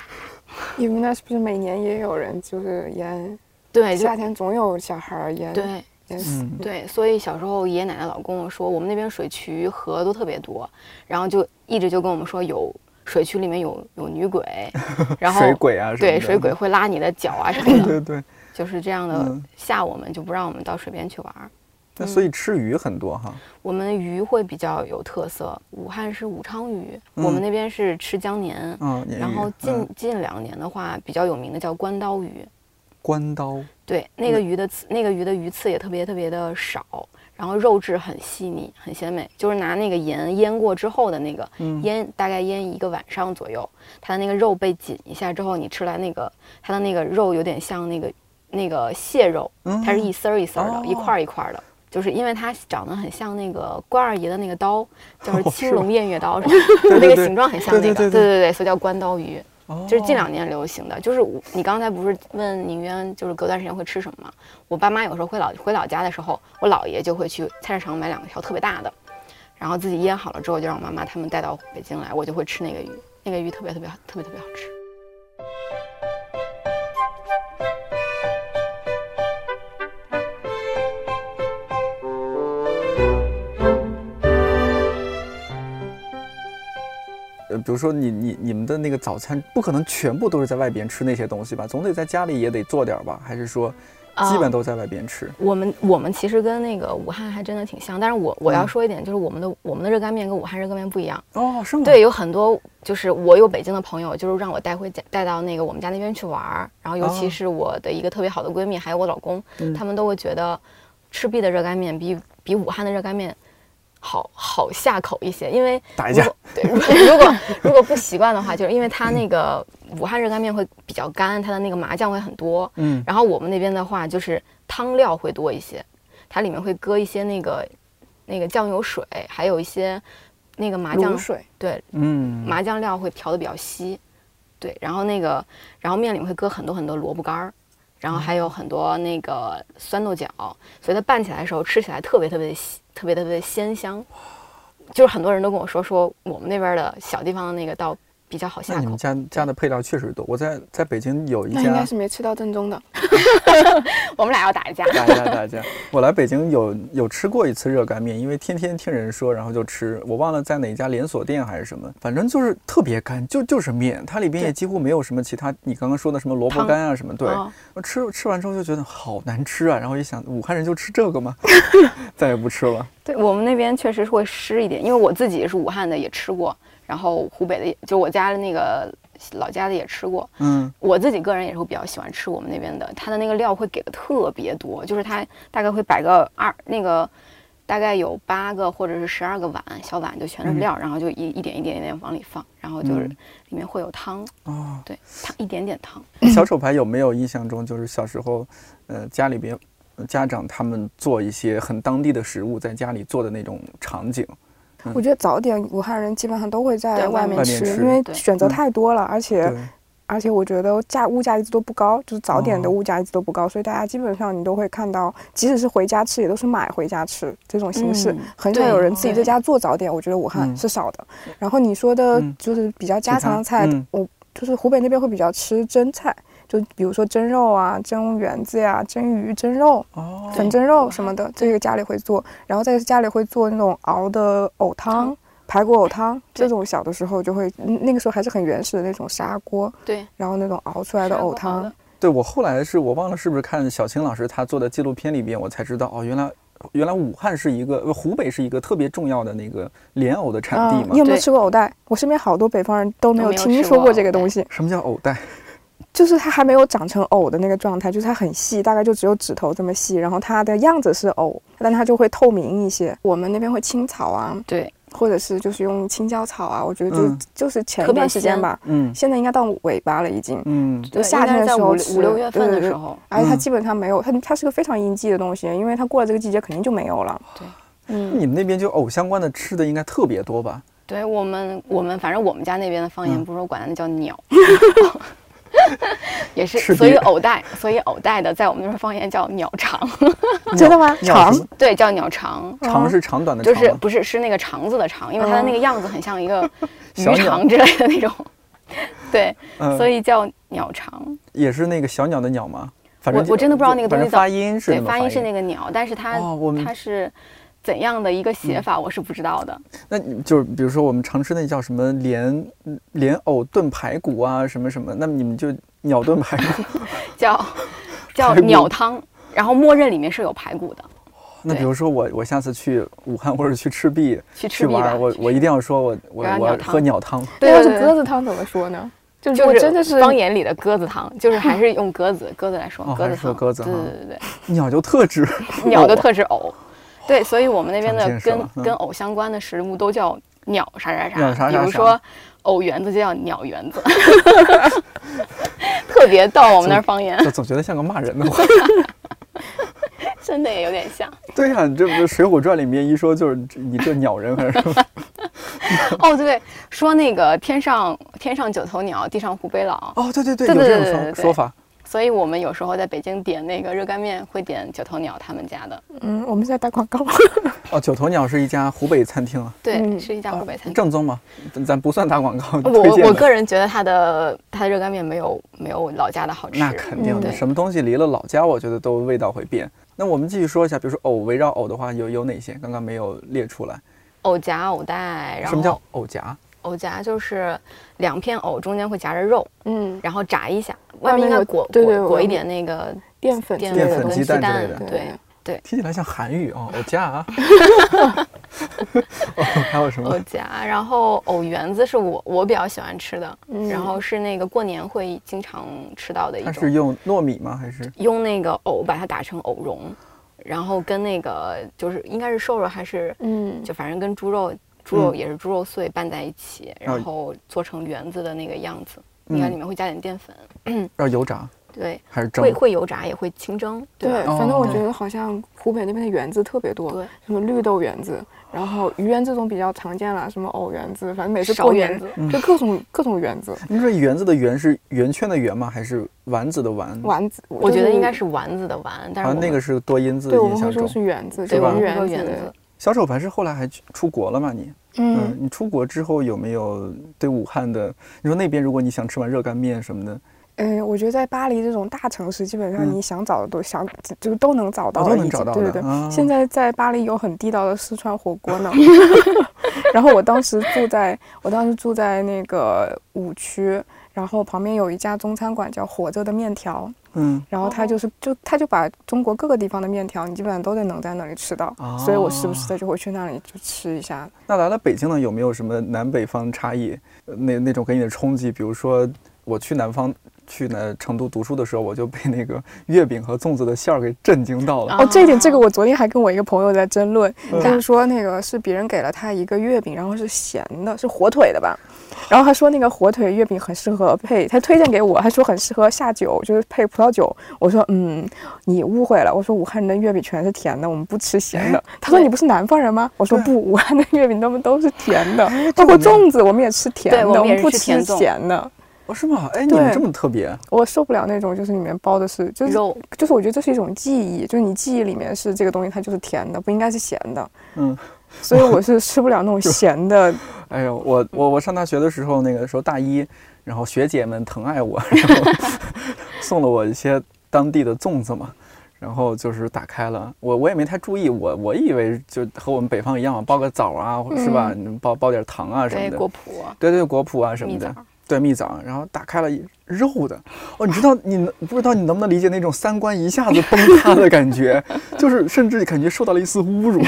[SPEAKER 4] 你哎们那是不是每年也有人就是淹？
[SPEAKER 3] 对，就
[SPEAKER 2] 哎
[SPEAKER 4] 夏天总有小孩儿淹。
[SPEAKER 3] 对，
[SPEAKER 4] 嗯
[SPEAKER 3] 对，所以小时候爷爷奶奶老跟我说，我们那边水渠河都特别多，然后就一直就跟我们说有水渠里面有有女
[SPEAKER 2] *laughs*
[SPEAKER 3] 鬼，然后
[SPEAKER 2] 水鬼啊什么的，
[SPEAKER 3] 对水鬼会拉你的脚啊什么的，
[SPEAKER 2] *laughs* 对对。
[SPEAKER 3] 就是这样的
[SPEAKER 2] 嗯
[SPEAKER 3] 吓我们，就不让我们到水边去玩儿。
[SPEAKER 2] 那所以吃鱼很多哈，
[SPEAKER 3] 我们鱼会比较有特色，武汉是武昌鱼，我
[SPEAKER 2] 嗯
[SPEAKER 3] 们那边是吃江年。
[SPEAKER 2] 嗯，鲶鱼
[SPEAKER 3] 然后近、
[SPEAKER 2] 嗯
[SPEAKER 3] 近两年的话，比较有名的叫关刀鱼，
[SPEAKER 2] 关刀，
[SPEAKER 3] 对，那
[SPEAKER 2] 嗯
[SPEAKER 3] 个鱼的刺，那个鱼的鱼刺也特别特别的少，然后肉质很细腻，很鲜美，就是拿那个盐腌过之后的那个、
[SPEAKER 2] 嗯
[SPEAKER 3] 腌，大概腌一个晚上左右，它的那个肉被紧一下之后，你吃来那个它的那个肉有点像那个那个蟹肉，
[SPEAKER 2] 嗯
[SPEAKER 3] 它是一丝儿一丝儿的，
[SPEAKER 2] 哦
[SPEAKER 3] 一块儿一块儿的。就是因为它长得很像那个关二爷的那个刀，
[SPEAKER 2] 哦
[SPEAKER 3] 叫是青龙偃月刀什么的，就那
[SPEAKER 2] 对
[SPEAKER 3] 个
[SPEAKER 2] 对
[SPEAKER 3] 形状很像那
[SPEAKER 2] 对
[SPEAKER 3] 个，
[SPEAKER 2] 对对对
[SPEAKER 3] 对对，所以叫关刀鱼。
[SPEAKER 2] 哦
[SPEAKER 3] 就是近两年流行的，就是我你刚才不是问宁渊，就是隔段时间会吃什么吗？我爸妈有时候回老回老家的时候，我姥爷就会去菜市场买两条特别大的，然后自己腌好了之后，就让我妈妈他们带到北京来，我就会吃那个鱼，那个鱼特别特别好，特别特别好吃。
[SPEAKER 2] 呃，比如说你你你们的那个早餐，不可能全部都是在外边吃那些东西吧？总得在家里也得做点儿吧？还是说
[SPEAKER 3] 啊
[SPEAKER 2] 基本都在外边吃？
[SPEAKER 3] 我们我们其实跟那个武汉还真的挺像，但是我我
[SPEAKER 2] 嗯
[SPEAKER 3] 要说一点，就是我们的我们的热干面跟武汉热干面不一样。
[SPEAKER 2] 哦，是吗？
[SPEAKER 3] 对，，有很多就是我有北京的朋友，就是让我带回家，带到那个我们家那边去玩儿。然后尤
[SPEAKER 2] 哦嗯
[SPEAKER 3] 其是我的一个特别好的闺蜜，还有我老公，他们都会觉得赤壁的热干面比比武汉的热干面好好下口一些，因为
[SPEAKER 2] 打一
[SPEAKER 3] 如
[SPEAKER 2] 架
[SPEAKER 3] 果对，如果如果如果不习惯的话，就是因为它那个武汉热干面会比较干，它的那个麻酱会很多。
[SPEAKER 2] 嗯
[SPEAKER 3] 然后我们那边的话，就是汤料会多一些，它里面会搁一些那个那个酱油水，还有一些那个麻酱
[SPEAKER 4] 卤水，
[SPEAKER 3] 对
[SPEAKER 2] 嗯，
[SPEAKER 3] 麻酱料会调的比较稀，对，然后那个，然后面里面会搁很多很多萝卜干儿，然后还有很多那个酸豆角，所以它拌起来的时候吃起来特别特别的鲜，特别特别的鲜香。就是很多人都跟我说，说我们那边的小地方的那个倒比较好
[SPEAKER 2] 那
[SPEAKER 3] 下
[SPEAKER 2] 你们
[SPEAKER 3] 口。
[SPEAKER 2] 家家的配料确实多。我在在北京有一
[SPEAKER 4] 那应该
[SPEAKER 2] 家嗯
[SPEAKER 4] 是没吃到正宗的。
[SPEAKER 3] 我们俩要打一架，
[SPEAKER 2] 打架打架。我来北京有有吃过一次热干面，因为天天听人说，然后就吃。我忘了在哪家连锁店还是什么，反正就是特别干，就就是面，它里边也几乎没有什么其他。你刚刚说的什么萝卜
[SPEAKER 3] 汤
[SPEAKER 2] 干啊什么，对。
[SPEAKER 3] 哦
[SPEAKER 2] 我吃吃完之后就觉得好难吃啊，然后一想武汉人就吃这个吗？再也不吃了。
[SPEAKER 3] 对我们那边确实是会湿一点，因为我自己是武汉的，也吃过，然后湖北的也，就是我家的那个老家的也吃过，
[SPEAKER 2] 嗯，
[SPEAKER 3] 我自己个人也是会比较喜欢吃我们那边的，它的那个料会给的特别多，就是它大概会摆个二那个，大概有八个或者是十二个碗，小碗就全是料，然后就一一点一点一点往里放，然后就是
[SPEAKER 2] 嗯
[SPEAKER 3] 里面会有汤，
[SPEAKER 2] 哦，
[SPEAKER 3] 对，汤一点点汤。
[SPEAKER 2] 小丑牌有没有印象中就是小时候，呃，家里边家长他们做一些很当地的食物，在家里做的那种场景？
[SPEAKER 4] 我觉得早点武汉人基本上都会
[SPEAKER 3] 对
[SPEAKER 4] 在
[SPEAKER 3] 外
[SPEAKER 4] 外
[SPEAKER 3] 面
[SPEAKER 4] 面
[SPEAKER 2] 吃
[SPEAKER 4] 吃，因为
[SPEAKER 3] 对
[SPEAKER 4] 选择
[SPEAKER 2] 嗯
[SPEAKER 4] 太多了，而且
[SPEAKER 2] 对，
[SPEAKER 4] 而且我觉得价物价一直都不高，就是早点的
[SPEAKER 2] 哦
[SPEAKER 4] 物价一直都不高，所以大家基本上你都会看到，即使是回家吃，也都是买回家吃这种形式，
[SPEAKER 3] 嗯
[SPEAKER 4] 很少
[SPEAKER 3] 对
[SPEAKER 4] 有人自己在
[SPEAKER 3] 对
[SPEAKER 4] 家做早点。我觉得武汉
[SPEAKER 2] 嗯
[SPEAKER 4] 是少的。然后你说的
[SPEAKER 2] 嗯
[SPEAKER 4] 就是比较家常菜，
[SPEAKER 2] 西餐嗯
[SPEAKER 4] 我就是湖北那边会比较吃蒸菜，就比如说蒸肉啊、蒸圆子呀、蒸鱼、蒸肉。
[SPEAKER 2] 哦，
[SPEAKER 4] 粉蒸肉什么的，这个家里会做，然后在家里会做那种熬的藕汤、排骨藕汤，这
[SPEAKER 3] 对
[SPEAKER 4] 种小的时候就会，嗯那个时候还是很原始的那种砂锅，
[SPEAKER 3] 对，
[SPEAKER 4] 然后那种熬出来的
[SPEAKER 3] 砂锅
[SPEAKER 4] 藕
[SPEAKER 3] 熬
[SPEAKER 4] 汤
[SPEAKER 3] 的，
[SPEAKER 2] 对我后来是我忘了是不是看小青老师他做的纪录片里边，我才知道哦，原来原来武汉是一个呃湖北是一个特别重要的那个莲藕的产地
[SPEAKER 4] 嗯
[SPEAKER 2] 嘛。
[SPEAKER 4] 你有没有
[SPEAKER 3] 对
[SPEAKER 4] 吃过藕带？我身边好多北方人都没
[SPEAKER 3] 都
[SPEAKER 4] 有
[SPEAKER 3] 没有
[SPEAKER 4] 听
[SPEAKER 3] 吃
[SPEAKER 4] 说
[SPEAKER 3] 过
[SPEAKER 4] 过这个
[SPEAKER 3] 藕带
[SPEAKER 4] 东西，
[SPEAKER 2] 什么叫藕带？
[SPEAKER 4] 就是它还没有长成藕的那个状态，就是它很细，大概就只有指头这么细，然后它的样子是藕，但它就会透明一些。我们那边会青草啊，
[SPEAKER 3] 对，
[SPEAKER 4] 或者是就是用青椒草啊，我觉得就、
[SPEAKER 2] 嗯
[SPEAKER 4] 就是前
[SPEAKER 3] 特
[SPEAKER 4] 一
[SPEAKER 3] 别
[SPEAKER 4] 段时间
[SPEAKER 3] 鲜
[SPEAKER 4] 吧，
[SPEAKER 2] 嗯
[SPEAKER 4] 现在应该到尾巴了已经。
[SPEAKER 2] 嗯，
[SPEAKER 4] 就
[SPEAKER 3] 对
[SPEAKER 4] 夏
[SPEAKER 3] 应该
[SPEAKER 4] 天
[SPEAKER 3] 是
[SPEAKER 4] 的
[SPEAKER 3] 在
[SPEAKER 4] 时候
[SPEAKER 3] 五
[SPEAKER 4] 吃
[SPEAKER 3] 五六月份的
[SPEAKER 4] 对对
[SPEAKER 3] 时
[SPEAKER 4] 对
[SPEAKER 3] 候，
[SPEAKER 4] 而且它
[SPEAKER 2] 嗯
[SPEAKER 4] 基本上没有，它它是个非常应季的东西，因为它过了这个季节肯定就没
[SPEAKER 2] *laughs*
[SPEAKER 4] 有了。
[SPEAKER 3] 对，
[SPEAKER 4] 嗯，
[SPEAKER 2] 你们那边就藕相关的吃的应该特别多吧？
[SPEAKER 3] 对我们我们反正我们家那边的方言
[SPEAKER 2] 嗯
[SPEAKER 3] 不是说管它那
[SPEAKER 2] *laughs*
[SPEAKER 3] 叫鸟。也
[SPEAKER 2] 吃
[SPEAKER 3] 是，所以
[SPEAKER 2] 瘪
[SPEAKER 3] 藕带，所以藕带的在我们那边方言叫鸟肠，
[SPEAKER 4] 真的吗？
[SPEAKER 2] 鸟
[SPEAKER 4] 肠
[SPEAKER 2] 什么
[SPEAKER 3] 对，叫鸟肠。
[SPEAKER 2] 长是长短的
[SPEAKER 3] 哦就
[SPEAKER 2] 长
[SPEAKER 3] 是
[SPEAKER 2] 吗哦
[SPEAKER 3] 不是是那个肠子的肠，因为它的那个样子很像
[SPEAKER 2] *laughs*
[SPEAKER 3] 一个
[SPEAKER 2] 小
[SPEAKER 3] 鱼
[SPEAKER 2] 鸟
[SPEAKER 3] 肠之类
[SPEAKER 2] *laughs*
[SPEAKER 3] 的那种，对，
[SPEAKER 2] 嗯
[SPEAKER 3] 所以叫鸟肠。
[SPEAKER 2] 也是那个小鸟的鸟吗？反
[SPEAKER 3] 我
[SPEAKER 2] 正
[SPEAKER 3] 我真的不知道那个
[SPEAKER 2] 反
[SPEAKER 3] 东西
[SPEAKER 2] 正
[SPEAKER 3] 怎么
[SPEAKER 2] 发音是
[SPEAKER 3] 对
[SPEAKER 2] 那么
[SPEAKER 3] 发音是
[SPEAKER 2] 音
[SPEAKER 3] 那个鸟，但是它、
[SPEAKER 2] 哦我们嗯
[SPEAKER 3] 它是怎样的一个写法，我是不知道的。
[SPEAKER 2] 那你就是比如说我们常吃那叫什么莲莲藕炖排骨啊，什么什么，那么你们就鸟炖排
[SPEAKER 3] *laughs*
[SPEAKER 2] 骨，
[SPEAKER 3] 叫
[SPEAKER 2] 排
[SPEAKER 3] 叫
[SPEAKER 2] 骨
[SPEAKER 3] 鸟汤，然后默认里面是有排骨的。
[SPEAKER 2] 那比如说我，我下次去武汉或者去赤壁
[SPEAKER 3] 去 *laughs* 赤壁
[SPEAKER 2] 玩
[SPEAKER 3] 吧
[SPEAKER 2] 儿，我
[SPEAKER 3] 去
[SPEAKER 2] 我一定要说我我
[SPEAKER 3] 我要
[SPEAKER 2] 我要
[SPEAKER 3] 鸟汤
[SPEAKER 2] 喝鸟汤，
[SPEAKER 3] 对对
[SPEAKER 4] 要是
[SPEAKER 3] 对
[SPEAKER 4] 鸽子汤怎么说呢？就如
[SPEAKER 3] 就
[SPEAKER 4] 果
[SPEAKER 3] 是
[SPEAKER 4] 真的是
[SPEAKER 3] 方言里的鸽子汤，就是还是用
[SPEAKER 2] *laughs*
[SPEAKER 3] 鸽子鸽子来说
[SPEAKER 2] 哦，
[SPEAKER 3] 鸽
[SPEAKER 2] 还
[SPEAKER 3] 子
[SPEAKER 2] 是说
[SPEAKER 3] 汤，
[SPEAKER 2] 鸽子
[SPEAKER 3] 对
[SPEAKER 2] 哈
[SPEAKER 3] 对对
[SPEAKER 2] 鸟就特
[SPEAKER 3] *laughs*
[SPEAKER 2] 指
[SPEAKER 3] 对，鸟的特指藕，对，所以我们那边
[SPEAKER 2] 长
[SPEAKER 3] 的
[SPEAKER 2] 见识
[SPEAKER 3] 跟
[SPEAKER 2] 了嗯
[SPEAKER 3] 跟藕相关的食物都叫鸟啥啥啥，
[SPEAKER 2] 鸟啥啥
[SPEAKER 3] 比如
[SPEAKER 2] 啥
[SPEAKER 3] 说藕圆子就叫鸟圆子， *laughs* 特别逗，我们那儿方言 *laughs*
[SPEAKER 2] 我，我总觉得像个骂人的话。 *laughs*
[SPEAKER 3] 真的也有点像。
[SPEAKER 2] 对呀、你这不是《水浒传》里面一说就是这你这鸟人还是什么？
[SPEAKER 3] *laughs* 哦，对，说那个天上天上九头鸟，地上湖北佬，
[SPEAKER 2] 哦，对对对，有
[SPEAKER 3] 对对
[SPEAKER 2] 这
[SPEAKER 3] 对
[SPEAKER 2] 种
[SPEAKER 3] 对
[SPEAKER 2] 说
[SPEAKER 3] 对
[SPEAKER 2] 说法。
[SPEAKER 3] 所以我们有时候在北京点那个热干面，会点九头鸟他们家的，
[SPEAKER 4] 嗯，我们是在打广告。
[SPEAKER 3] *laughs*
[SPEAKER 2] 哦，九头鸟是一家湖北餐厅啊，
[SPEAKER 3] 对，
[SPEAKER 4] 嗯
[SPEAKER 3] 是一家湖北餐厅。
[SPEAKER 2] 正宗嘛，咱咱不算打广告。
[SPEAKER 3] 哦我
[SPEAKER 2] *laughs* 推荐
[SPEAKER 3] 我
[SPEAKER 2] 的
[SPEAKER 3] 个人觉得它的它的热干面没有没有老家的好吃，嗯
[SPEAKER 2] 那肯定的，
[SPEAKER 3] 对
[SPEAKER 2] 什么东西离了老家，我觉得都味道会变。那我们继续说一下，比如说藕，围绕藕的话有有哪些？刚刚没有列出来。
[SPEAKER 3] 藕夹藕带，然
[SPEAKER 2] 什么叫
[SPEAKER 3] 后
[SPEAKER 2] 藕夹？
[SPEAKER 3] 藕夹就是两片藕中间会夹着肉，
[SPEAKER 4] 嗯，
[SPEAKER 3] 然后炸一下，
[SPEAKER 4] 外
[SPEAKER 3] 外面
[SPEAKER 4] 面
[SPEAKER 3] 应该
[SPEAKER 4] 有
[SPEAKER 3] 裹
[SPEAKER 4] 啊对对
[SPEAKER 3] 裹
[SPEAKER 4] 我
[SPEAKER 3] 裹一
[SPEAKER 4] 们
[SPEAKER 3] 点那个
[SPEAKER 4] 淀粉之
[SPEAKER 3] 淀
[SPEAKER 4] 类的
[SPEAKER 2] 粉
[SPEAKER 4] 东
[SPEAKER 3] 跟
[SPEAKER 2] 鸡
[SPEAKER 4] 西。
[SPEAKER 2] 蛋
[SPEAKER 3] 鸡
[SPEAKER 2] 之类
[SPEAKER 3] 蛋
[SPEAKER 2] 的，
[SPEAKER 3] 对
[SPEAKER 4] 对，
[SPEAKER 2] 听起来像韩语哦，藕夹啊。 *laughs* 哦，还有什
[SPEAKER 3] 藕
[SPEAKER 2] 么？
[SPEAKER 3] 夹，然后藕圆子是我我比较喜欢吃的，
[SPEAKER 4] 嗯
[SPEAKER 3] 然后是那个过年会经常吃到的一
[SPEAKER 2] 它
[SPEAKER 3] 种，
[SPEAKER 2] 是用糯米吗？还是
[SPEAKER 3] 用那个藕把它打成藕蓉，然后跟那个就是应该是瘦肉还是
[SPEAKER 4] 嗯，
[SPEAKER 3] 就反正跟猪肉，猪肉
[SPEAKER 2] 嗯
[SPEAKER 3] 也是猪肉碎拌在一起，
[SPEAKER 2] 啊
[SPEAKER 3] 然后做成圆子的那个样子。应该
[SPEAKER 2] 嗯
[SPEAKER 3] 里面会加点淀粉，
[SPEAKER 2] 要油炸
[SPEAKER 3] 对，
[SPEAKER 2] 还是蒸
[SPEAKER 3] 会？会油炸也会清蒸，
[SPEAKER 4] 对，
[SPEAKER 3] 吧？
[SPEAKER 4] 反正我
[SPEAKER 2] 哦
[SPEAKER 4] 觉得好像湖北那边的园子特别多，
[SPEAKER 3] 对，
[SPEAKER 4] 什么绿豆园子，然后鱼圆这种比较常见了，什么藕圆子，反正每次
[SPEAKER 3] 勺
[SPEAKER 4] 过
[SPEAKER 3] 圆
[SPEAKER 4] 年
[SPEAKER 3] 子
[SPEAKER 2] 嗯
[SPEAKER 4] 就各种各种圆子，
[SPEAKER 2] 你说圆子的圆是圆圈的圆吗？还是丸子的丸？
[SPEAKER 4] 丸子，
[SPEAKER 3] 我觉
[SPEAKER 4] 就
[SPEAKER 3] 得应该是丸子的丸，但
[SPEAKER 2] 好
[SPEAKER 3] 是
[SPEAKER 2] 啊像那个
[SPEAKER 3] 是
[SPEAKER 2] 是多音字。
[SPEAKER 4] 对，我们
[SPEAKER 2] 印
[SPEAKER 4] 会
[SPEAKER 2] 象
[SPEAKER 4] 说
[SPEAKER 2] 中，
[SPEAKER 4] 是圆子，
[SPEAKER 3] 对
[SPEAKER 4] 什
[SPEAKER 3] 我
[SPEAKER 4] 么
[SPEAKER 3] 们
[SPEAKER 4] 圆
[SPEAKER 3] 说
[SPEAKER 4] 子，
[SPEAKER 3] 圆子，
[SPEAKER 2] 小丑凡是后来还去出国了嘛？你
[SPEAKER 4] 嗯，
[SPEAKER 2] 呃你出国之后有没有对武汉的？你说那边如果你想吃碗热干面什么的，
[SPEAKER 4] 呃，我觉得在巴黎这种大城市，基本上
[SPEAKER 2] 嗯哦
[SPEAKER 4] 你想找的都想，就都能找到
[SPEAKER 2] 都
[SPEAKER 4] 了已经，
[SPEAKER 2] 能找到
[SPEAKER 4] 对
[SPEAKER 2] 的
[SPEAKER 4] 对对、
[SPEAKER 2] 啊
[SPEAKER 4] 现在在巴黎有很地道的四川火锅
[SPEAKER 2] *laughs*
[SPEAKER 4] 呢。然后我当时住在，我当时住在那个五区，然后旁边有一家中餐馆叫活着的面条，
[SPEAKER 2] 嗯，
[SPEAKER 4] 然后它就是、就它就把中国各个地方的面条，你基本上都得能在那里吃到。
[SPEAKER 2] 哦
[SPEAKER 4] 所以我时不时的就会去那里就吃一下。
[SPEAKER 2] 那来了北京呢，有没有什么南北方差异？呃那那种给你的冲击？比如说我去南方，去呢成都读书的时候，我就被那个 *laughs* 月饼和粽子的馅儿给震惊到了。
[SPEAKER 3] 啊
[SPEAKER 4] 哦，这一点，这个我昨天还跟我一个朋友在争论，
[SPEAKER 2] 嗯
[SPEAKER 4] 就是说那个是别人给了他一个月饼，然后是咸的，是火腿的吧？然后他说那个火腿月饼很适合配，他推荐给我，他说很适合下酒，就是配葡萄酒。我说嗯，你误会了，我说武汉人的月饼全是甜的，我们不吃咸的。他说你不是南方人吗？我说
[SPEAKER 2] 哎对哎
[SPEAKER 4] 不，武汉的月饼他们都是甜的，包括粽子我们也吃甜
[SPEAKER 3] 对
[SPEAKER 4] 的，
[SPEAKER 3] 我们
[SPEAKER 4] 我
[SPEAKER 3] 也
[SPEAKER 4] 们
[SPEAKER 3] 是
[SPEAKER 4] 不
[SPEAKER 3] 吃
[SPEAKER 4] 吃
[SPEAKER 3] 甜粽
[SPEAKER 4] 咸的。
[SPEAKER 2] 哦，是吗？哎，你们
[SPEAKER 4] 对
[SPEAKER 2] 这么特别，
[SPEAKER 4] 我受不了那种，就是里面包的是就是
[SPEAKER 3] 肉，
[SPEAKER 4] 就是我觉得这是一种记忆，就是你记忆里面是这个东西，它就是甜的，不应该是咸的，
[SPEAKER 2] 嗯，
[SPEAKER 4] *laughs* 所以我是吃不了
[SPEAKER 2] *laughs*
[SPEAKER 4] 那种咸的。
[SPEAKER 2] 哎呦，
[SPEAKER 3] 嗯
[SPEAKER 2] 我我我上大学的时候，那个时候大一，然后学姐们疼爱我，然
[SPEAKER 3] *laughs*
[SPEAKER 2] 后送了我一些当地的粽子嘛，然后就是打开了，我我也没太注意，我我以为就和我们北方一样嘛，包个枣啊，是吧？你包包点糖啊 *laughs* 什
[SPEAKER 3] 嗯对
[SPEAKER 2] 么的，
[SPEAKER 3] 果脯、
[SPEAKER 2] 对对果脯啊什么
[SPEAKER 3] 蜜枣
[SPEAKER 2] 的，，对蜜枣，啊然后打开了肉的，哦，你知道你能不知道你能不能理解那种三观一下子崩塌的感觉，就是甚至感觉受到了一丝侮
[SPEAKER 3] *laughs*
[SPEAKER 2] 辱，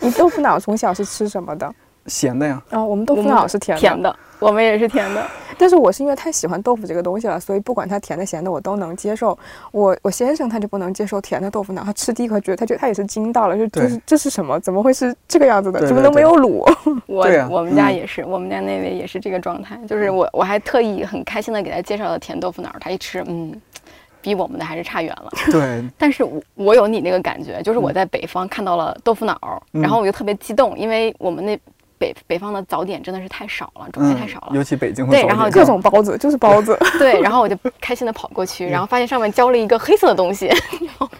[SPEAKER 4] 你豆腐脑从小是吃什么的？
[SPEAKER 2] 咸的呀，
[SPEAKER 4] 啊、我们豆
[SPEAKER 3] 我
[SPEAKER 4] 腐
[SPEAKER 3] 们
[SPEAKER 4] 脑是甜的，
[SPEAKER 3] 甜的，我们也是甜
[SPEAKER 2] *laughs*
[SPEAKER 3] 的。
[SPEAKER 4] 但是我是因为太喜欢豆腐这个东西了，所以不管它甜的咸的我都能接受。我我先生他就不能接受甜的豆腐脑，他吃第一口觉得他觉得他也是惊到了，就
[SPEAKER 2] 对
[SPEAKER 4] 就是这是什么？怎么会是这个样子的？
[SPEAKER 2] 对
[SPEAKER 4] 怎么
[SPEAKER 2] 对
[SPEAKER 4] 能
[SPEAKER 2] 对
[SPEAKER 4] 没有卤？
[SPEAKER 3] 我、
[SPEAKER 2] 对啊
[SPEAKER 3] 我们家
[SPEAKER 2] 嗯
[SPEAKER 3] 也是，我们家那位也是这个状态，就是我我还特意很开心的给他介绍了甜豆腐脑儿，他一吃，嗯，比我们的还是差远了。 *laughs*
[SPEAKER 2] 对，
[SPEAKER 3] 但是我我有你那个感觉，就是我在北方看到了豆腐脑儿，
[SPEAKER 2] 嗯
[SPEAKER 3] 然后我就特别激动，因为我们那北北方的早点真的是太少了，种类太少了。
[SPEAKER 2] 嗯尤其北京的
[SPEAKER 3] 对
[SPEAKER 2] 早
[SPEAKER 3] 然
[SPEAKER 2] 点
[SPEAKER 3] 后
[SPEAKER 4] *laughs* 各种包子就是
[SPEAKER 3] *laughs*
[SPEAKER 4] 包子，
[SPEAKER 3] 对，然后我就开心的跑过去，然后发现上面浇了一个黑色的东西。 *laughs* 然后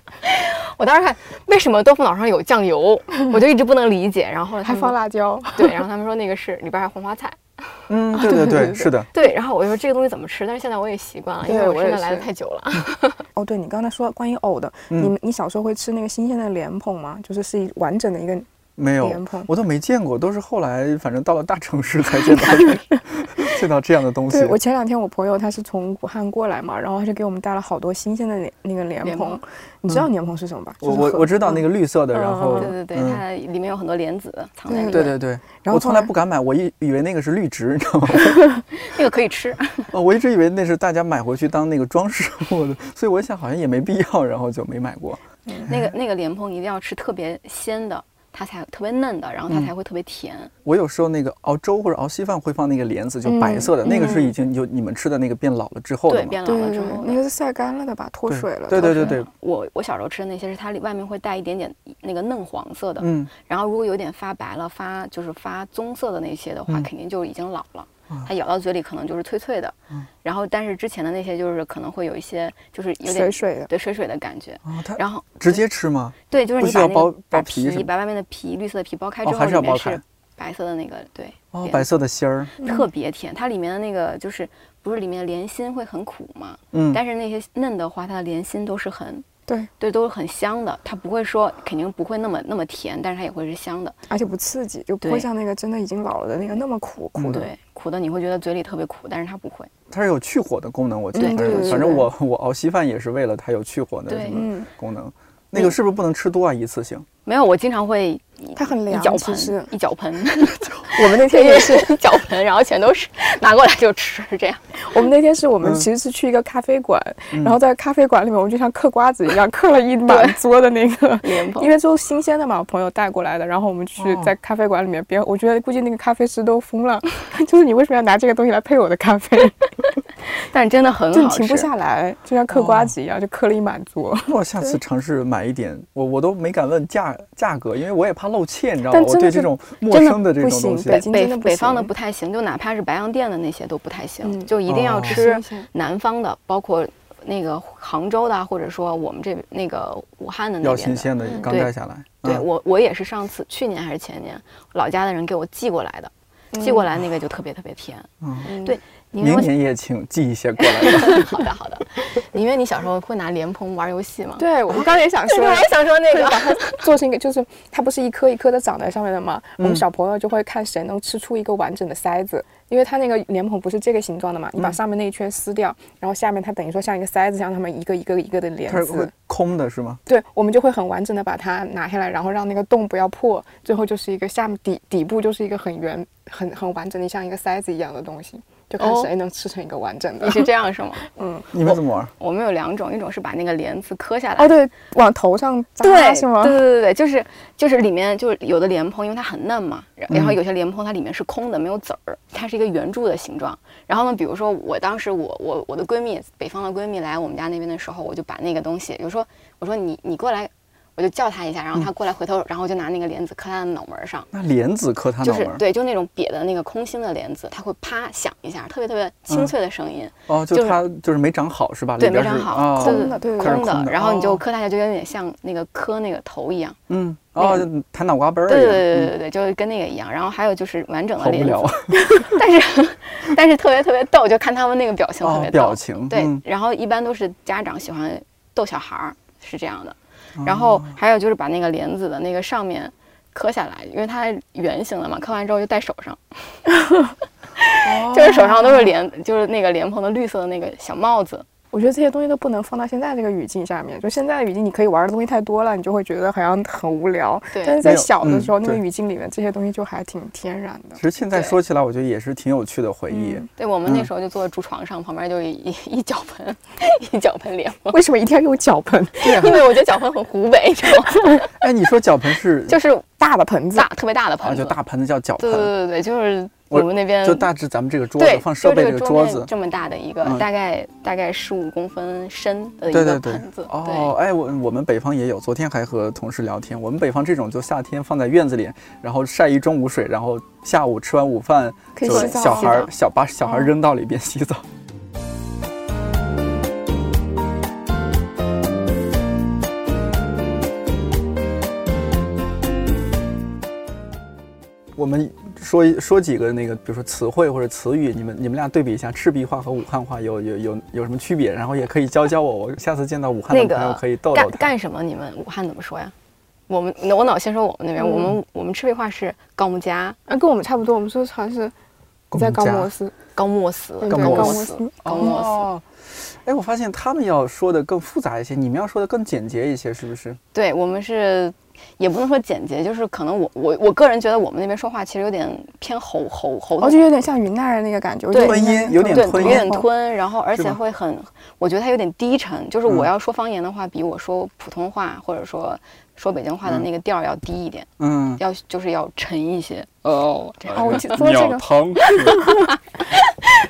[SPEAKER 3] 我当时看为什么豆腐脑上有酱油，我就一直不能理解。然后后来他
[SPEAKER 4] 还
[SPEAKER 3] 们
[SPEAKER 4] 放辣椒。
[SPEAKER 3] 对，然后他们说那个是里边还有黄花菜。
[SPEAKER 2] 嗯，对对
[SPEAKER 4] 对
[SPEAKER 2] 对，
[SPEAKER 4] 对
[SPEAKER 2] 是的，
[SPEAKER 3] 对，然后我就说这个东西怎么吃，但是现在我也嗯习惯了，因
[SPEAKER 4] 对
[SPEAKER 3] 为
[SPEAKER 4] 我
[SPEAKER 3] 真
[SPEAKER 4] 也
[SPEAKER 3] 的来的
[SPEAKER 4] 是
[SPEAKER 3] 太久了。 *laughs*
[SPEAKER 4] 哦，对你刚才说关于藕的，
[SPEAKER 2] 嗯
[SPEAKER 4] 你们你小时候会吃那个新鲜的莲蓬吗？就是是一完整的一个
[SPEAKER 2] 没有
[SPEAKER 4] 莲蓬，
[SPEAKER 2] 我都没见过，都是后来反正到了大城市才见到见到这 *laughs* 样的东西
[SPEAKER 4] 对。我前两天我朋友他是从武汉过来嘛，然后他就给我们带了好多新鲜的那那个莲
[SPEAKER 3] 莲
[SPEAKER 4] 蓬，
[SPEAKER 3] 蓬
[SPEAKER 4] 你知道莲蓬是什么吧？
[SPEAKER 2] 嗯我
[SPEAKER 4] 就是
[SPEAKER 2] 我
[SPEAKER 4] 核
[SPEAKER 2] 我知道那个绿色的，
[SPEAKER 4] 嗯
[SPEAKER 2] 然后
[SPEAKER 3] 对对对，
[SPEAKER 2] 嗯
[SPEAKER 3] 它里面有很多莲子藏在里面，
[SPEAKER 2] 对对对，
[SPEAKER 4] 然后
[SPEAKER 2] 我
[SPEAKER 4] 从
[SPEAKER 2] 从来
[SPEAKER 4] 来
[SPEAKER 2] 不敢买，我一以为那个是绿植，你知道吗？ *laughs*
[SPEAKER 3] 那个可以吃。
[SPEAKER 2] 哦，我一直以为那是大家买回去当那个装饰物的，所以我想好像也没必要，然后就没买过。
[SPEAKER 3] *laughs* 那个那个莲蓬一定要吃特别鲜的，它才特别嫩的，
[SPEAKER 2] 嗯
[SPEAKER 3] 然后它才会特别甜。
[SPEAKER 2] 我有时候那个熬粥或者熬稀饭会放那个莲子，就白色的，那个是已经有你们吃的那个变老了之后的
[SPEAKER 3] 对，
[SPEAKER 2] 嘛。
[SPEAKER 3] 变老
[SPEAKER 4] 对
[SPEAKER 3] 了
[SPEAKER 4] 对
[SPEAKER 3] 之
[SPEAKER 4] 对
[SPEAKER 3] 后，
[SPEAKER 4] 那个
[SPEAKER 3] 的。
[SPEAKER 4] 是晒干了的吧，脱
[SPEAKER 2] 对
[SPEAKER 4] 水了的。
[SPEAKER 2] 对对对对，
[SPEAKER 3] 我我小时候吃的那些是它里外面会带一点点那个嫩黄色的，
[SPEAKER 2] 嗯，
[SPEAKER 3] 然后如果有点发白了、发就是发棕色的那些的话，
[SPEAKER 2] 嗯
[SPEAKER 3] 肯定就已经老了
[SPEAKER 2] 啊。
[SPEAKER 3] 它咬到嘴里可能就是脆脆的，
[SPEAKER 2] 嗯
[SPEAKER 3] 然后但是之前的那些就是可能会有一些就是有点
[SPEAKER 4] 水水的
[SPEAKER 3] 对水水的感觉。
[SPEAKER 2] 啊，它
[SPEAKER 3] 然后
[SPEAKER 2] 直接吃吗？
[SPEAKER 3] 对，就是
[SPEAKER 2] 不
[SPEAKER 3] 你
[SPEAKER 2] 需
[SPEAKER 3] 把
[SPEAKER 2] 要
[SPEAKER 3] 那
[SPEAKER 2] 剥
[SPEAKER 3] 个
[SPEAKER 2] 剥
[SPEAKER 3] 把
[SPEAKER 2] 皮是吗
[SPEAKER 3] 把外面的皮绿色的皮剥开
[SPEAKER 2] 哦
[SPEAKER 3] 之后，
[SPEAKER 2] 还是要
[SPEAKER 3] 里面
[SPEAKER 2] 剥开嗯
[SPEAKER 3] 是白色的那个对，
[SPEAKER 2] 哦，
[SPEAKER 3] 莲
[SPEAKER 2] 白色的芯儿，
[SPEAKER 3] 特别甜，它里面的那个就是不是里面的莲心会很苦嘛？
[SPEAKER 2] 嗯，
[SPEAKER 3] 但是那些嫩的话，它的莲心都是很
[SPEAKER 4] 对，
[SPEAKER 3] 对，都是很香的，它不会说肯定不会那么那么甜，但是它也会是香的，
[SPEAKER 4] 而且不刺激，就不
[SPEAKER 3] 对
[SPEAKER 4] 会像那个真的已经老了的那个那么苦苦的。
[SPEAKER 3] 对，苦的你会觉得嘴里特别苦，但是它不会。
[SPEAKER 2] 它是有去火的功能，我记得
[SPEAKER 4] 嗯
[SPEAKER 2] 反正
[SPEAKER 4] 对对
[SPEAKER 2] 反正
[SPEAKER 4] 对
[SPEAKER 2] 我 *laughs* 我熬稀饭也是为了它有去火的
[SPEAKER 3] 对
[SPEAKER 2] 什么
[SPEAKER 4] 嗯，
[SPEAKER 2] 功能。那个是不是不能吃多啊？一次
[SPEAKER 3] *laughs*
[SPEAKER 2] 性？
[SPEAKER 3] 没有，我经常会
[SPEAKER 2] 嗯
[SPEAKER 3] 一
[SPEAKER 4] 它很
[SPEAKER 3] 一
[SPEAKER 4] 凉
[SPEAKER 3] 脚
[SPEAKER 4] 其实
[SPEAKER 3] 盆一脚
[SPEAKER 4] *laughs*
[SPEAKER 3] 盆，
[SPEAKER 4] 我们那天也是，
[SPEAKER 3] 一脚盆，然后全都是拿过来就吃，这样。
[SPEAKER 4] *laughs* 我们那天是我们
[SPEAKER 2] 嗯
[SPEAKER 4] 其实是去一个咖啡馆，
[SPEAKER 3] 嗯
[SPEAKER 4] 然后在咖啡馆里面，我们就像嗑瓜子一样嗑了
[SPEAKER 3] *laughs*
[SPEAKER 4] 一满桌的那个
[SPEAKER 3] 莲蓬
[SPEAKER 4] 因为就新鲜的嘛，我朋友带过来的，然后我们去
[SPEAKER 2] 哦
[SPEAKER 4] 在咖啡馆里面边，我觉得估计那个咖啡师都疯了， *laughs* 就是你为什么要拿这个东西来配我的咖啡？
[SPEAKER 3] 但 *laughs* 是真的很
[SPEAKER 4] 就你
[SPEAKER 3] 好吃，哦
[SPEAKER 4] 停不下来，就像嗑瓜子一样，就嗑了一满桌。
[SPEAKER 2] 那我下次尝试买一点，我我都没敢问价价格，因为我也怕露怯，你知道吗？
[SPEAKER 4] 但
[SPEAKER 2] 我
[SPEAKER 4] 真的
[SPEAKER 2] 对
[SPEAKER 4] 是
[SPEAKER 2] 这种陌
[SPEAKER 4] 真的
[SPEAKER 2] 生的这
[SPEAKER 4] 不
[SPEAKER 2] 种
[SPEAKER 4] 行
[SPEAKER 2] 东西，
[SPEAKER 4] 北京
[SPEAKER 3] 北
[SPEAKER 4] 真的不
[SPEAKER 3] 北方的
[SPEAKER 4] 行
[SPEAKER 3] 不太行，就哪怕是白洋淀的那些都不太行，
[SPEAKER 4] 嗯
[SPEAKER 3] 就一定要
[SPEAKER 2] 哦
[SPEAKER 3] 吃
[SPEAKER 4] 新鲜
[SPEAKER 3] 南方的，包括那个杭州的啊，或者说我们这那个武汉的那
[SPEAKER 2] 要
[SPEAKER 3] 边
[SPEAKER 2] 新
[SPEAKER 3] 的。
[SPEAKER 2] 鲜的，刚
[SPEAKER 3] 对
[SPEAKER 2] 摘下来。
[SPEAKER 3] 对
[SPEAKER 2] 嗯
[SPEAKER 3] 我，我也是上次去年还是前年，老家的人给我寄过来的，寄过来那个就特别特别甜。
[SPEAKER 4] 嗯
[SPEAKER 3] 对，你
[SPEAKER 2] 明
[SPEAKER 3] 我
[SPEAKER 2] 年也请寄一些过来。
[SPEAKER 3] *laughs*
[SPEAKER 2] *laughs*
[SPEAKER 3] 好的好的，你因为你小时候会拿莲蓬玩游戏吗？，
[SPEAKER 4] 对，我们刚才也想
[SPEAKER 3] *laughs*
[SPEAKER 4] 说，
[SPEAKER 3] 我也想说那个。
[SPEAKER 4] 做成一个， *laughs* 就是它不是一颗一颗的长在上面的嘛，我
[SPEAKER 2] 嗯
[SPEAKER 4] 们小朋友就会看谁能吃出一个完整的塞子，因为它那个莲蓬不是这个形状的嘛，你把上面那一圈撕掉，然后下面它等于说像一个塞子，像他们一个一个一个的莲
[SPEAKER 2] 它是会
[SPEAKER 4] 子，
[SPEAKER 2] 空的是吗？
[SPEAKER 4] 对，我们就会很完整的把它拿下来，然后让那个洞不要破，最后就是一个下面底底部就是一个很圆、很很完整的像一个塞子一样的东西，就看
[SPEAKER 3] 哦
[SPEAKER 4] 谁能吃成一个完整的。
[SPEAKER 3] 你是这样是吗？
[SPEAKER 2] 你们怎么玩？
[SPEAKER 3] 我们有两种，一种是把那个莲子磕下来，
[SPEAKER 4] 哦，对，往头上扎
[SPEAKER 3] 对，
[SPEAKER 4] 是吗？
[SPEAKER 3] 对对对对，就是就是里面就是有的莲蓬，因为它很嫩嘛，然然后
[SPEAKER 2] 嗯
[SPEAKER 3] 有些莲蓬它里面是空的，没有籽儿，它是一个圆柱的形状。然后呢，比如说我当时我我我的闺蜜，北方的闺蜜来我们家那边的时候，我就把那个东西，有时候我说你你过来，我就叫她一下，然后她过来回头，然后我就拿那个莲子磕她的脑门儿上。
[SPEAKER 2] 那莲子磕它
[SPEAKER 3] 就
[SPEAKER 2] 脑
[SPEAKER 3] 是
[SPEAKER 2] 门儿，
[SPEAKER 3] 对，就那种瘪的那个空心的莲子，它会啪响一下，特别特别清脆的声音，
[SPEAKER 2] 哦，就
[SPEAKER 3] 就是
[SPEAKER 2] 它就是没长好是吧？嗯
[SPEAKER 3] 对，
[SPEAKER 2] 里
[SPEAKER 3] 没
[SPEAKER 2] 边是
[SPEAKER 3] 长好，
[SPEAKER 2] 哦
[SPEAKER 3] 对
[SPEAKER 4] 空的对对
[SPEAKER 2] 它是
[SPEAKER 3] 空
[SPEAKER 2] 空的
[SPEAKER 3] 的，然后你就
[SPEAKER 2] 哦
[SPEAKER 3] 磕它一下，就有点像那个磕那个头一样。
[SPEAKER 2] 嗯，哦，弹脑瓜杯儿一
[SPEAKER 3] 对
[SPEAKER 2] 样。
[SPEAKER 3] 对对对
[SPEAKER 2] 嗯
[SPEAKER 3] 对对，就是跟那个一样。然后还有就是完整的
[SPEAKER 2] 好无
[SPEAKER 3] 脸，
[SPEAKER 2] 聊啊！
[SPEAKER 3] *laughs* 但是 *laughs* 但是特别特别逗，就看他们那个表情特
[SPEAKER 2] 哦
[SPEAKER 3] 别，逗。
[SPEAKER 2] 表情
[SPEAKER 3] 对
[SPEAKER 2] 嗯，
[SPEAKER 3] 然后一般都是家长喜欢逗小孩儿，是这样的。
[SPEAKER 2] 哦
[SPEAKER 3] 然后还有就是把那个莲子的那个上面磕下来，因为它圆形的嘛，磕完之后就戴手上，
[SPEAKER 2] 哦
[SPEAKER 3] *laughs* 就是手上都是莲，就是那个莲蓬的绿色的那个小帽子。
[SPEAKER 4] 我觉得这些东西都不能放到现在这个语境下面。就现在的语境，你可以玩的东西太多了，你就会觉得好像很无聊。
[SPEAKER 3] 对
[SPEAKER 4] 但是
[SPEAKER 2] 没
[SPEAKER 4] 在
[SPEAKER 2] 有
[SPEAKER 4] 小的时候，
[SPEAKER 2] 嗯
[SPEAKER 4] 那个
[SPEAKER 2] 对
[SPEAKER 4] 语境里面，这些东西就还挺天然的
[SPEAKER 2] 其。实现在
[SPEAKER 3] 对
[SPEAKER 2] 说起来，我觉得也是挺有趣的回忆。
[SPEAKER 3] 对我们那
[SPEAKER 2] 嗯
[SPEAKER 3] 时候就坐在竹床上，旁边就一一一脚盆 *laughs* 一脚盆莲蓬，
[SPEAKER 4] 为什么一定要用脚盆？
[SPEAKER 2] 啊
[SPEAKER 3] 因为我觉得脚盆很湖北，你 *laughs* 知道吗？
[SPEAKER 2] 哎，你说脚盆是
[SPEAKER 3] *laughs* 就是
[SPEAKER 4] 大的盆子
[SPEAKER 3] 大，特别大的
[SPEAKER 2] 啊，
[SPEAKER 3] 盆子，
[SPEAKER 2] 就大盆子叫脚
[SPEAKER 3] 对对
[SPEAKER 2] 盆，
[SPEAKER 3] 对对，就是
[SPEAKER 2] 我
[SPEAKER 3] 我们那边
[SPEAKER 2] 就大致咱们这个桌
[SPEAKER 3] 对
[SPEAKER 2] 子放设备
[SPEAKER 3] 就
[SPEAKER 2] 这
[SPEAKER 3] 这
[SPEAKER 2] 个
[SPEAKER 3] 个
[SPEAKER 2] 桌
[SPEAKER 3] 面
[SPEAKER 2] 子。
[SPEAKER 3] 这么大的一个，
[SPEAKER 2] 嗯
[SPEAKER 3] 大概大概十五公分深的一
[SPEAKER 2] 对
[SPEAKER 3] 个
[SPEAKER 2] 对对
[SPEAKER 3] 盆子，
[SPEAKER 2] 哦，哎，我我们北方也有，昨天还和同事聊天，我们北方这种就夏天放在院子里，然后晒一中午水，然后下午吃完午饭，
[SPEAKER 4] 可以
[SPEAKER 2] 就
[SPEAKER 4] 洗澡
[SPEAKER 2] 小孩儿
[SPEAKER 3] 洗澡
[SPEAKER 2] 小把小孩儿扔到里边洗澡。我们说一说几个那个，比如说词汇或者词语，你们你们俩对比一下，赤壁话和武汉话有有有有什么区别？然后也可以教教我，我下次见到武汉
[SPEAKER 3] 那
[SPEAKER 2] 的朋友
[SPEAKER 3] 个
[SPEAKER 2] 可以逗
[SPEAKER 3] 干
[SPEAKER 2] 逗他。
[SPEAKER 3] 干什么？你们武汉怎么说呀？我们那我脑先说我们那边，我
[SPEAKER 2] 嗯
[SPEAKER 3] 们我们赤壁话是高木家、
[SPEAKER 4] 啊，跟我们差不多，我们说好像是你在高摩斯，
[SPEAKER 3] 高莫斯、
[SPEAKER 4] 对
[SPEAKER 2] 呃嗯高
[SPEAKER 4] 对，
[SPEAKER 2] 莫
[SPEAKER 4] 高
[SPEAKER 2] 莫
[SPEAKER 4] 摩
[SPEAKER 2] 斯
[SPEAKER 4] 斯，
[SPEAKER 3] 高莫斯。
[SPEAKER 2] 哦，哎，我发现他们要说的更复杂一些，你们要说的更简洁一些，是不是？
[SPEAKER 3] 对我们是，也不能说简洁，就是可能我我我个人觉得我们那边说话其实有点偏吼吼吼
[SPEAKER 2] 哦
[SPEAKER 4] 然后
[SPEAKER 3] 的
[SPEAKER 4] 哦就有点像云南人那个感觉，我觉得
[SPEAKER 3] 对
[SPEAKER 4] 云南
[SPEAKER 2] 吞
[SPEAKER 4] 人
[SPEAKER 2] 音有点
[SPEAKER 4] 特
[SPEAKER 3] 对，
[SPEAKER 4] 别
[SPEAKER 2] 吞
[SPEAKER 3] 有
[SPEAKER 2] 咽
[SPEAKER 3] 点吞，然后而
[SPEAKER 2] 是
[SPEAKER 3] 且
[SPEAKER 2] 吧
[SPEAKER 3] 会很，我觉得它有点低沉，就是
[SPEAKER 2] 嗯
[SPEAKER 3] 我要说方言的话，比我说普通话或者说说北京话的
[SPEAKER 2] 嗯
[SPEAKER 3] 那个调儿要低一点，
[SPEAKER 2] 嗯，
[SPEAKER 3] 要就是要沉一些。哦，这样
[SPEAKER 4] 哦，我记说到这个，
[SPEAKER 2] 汤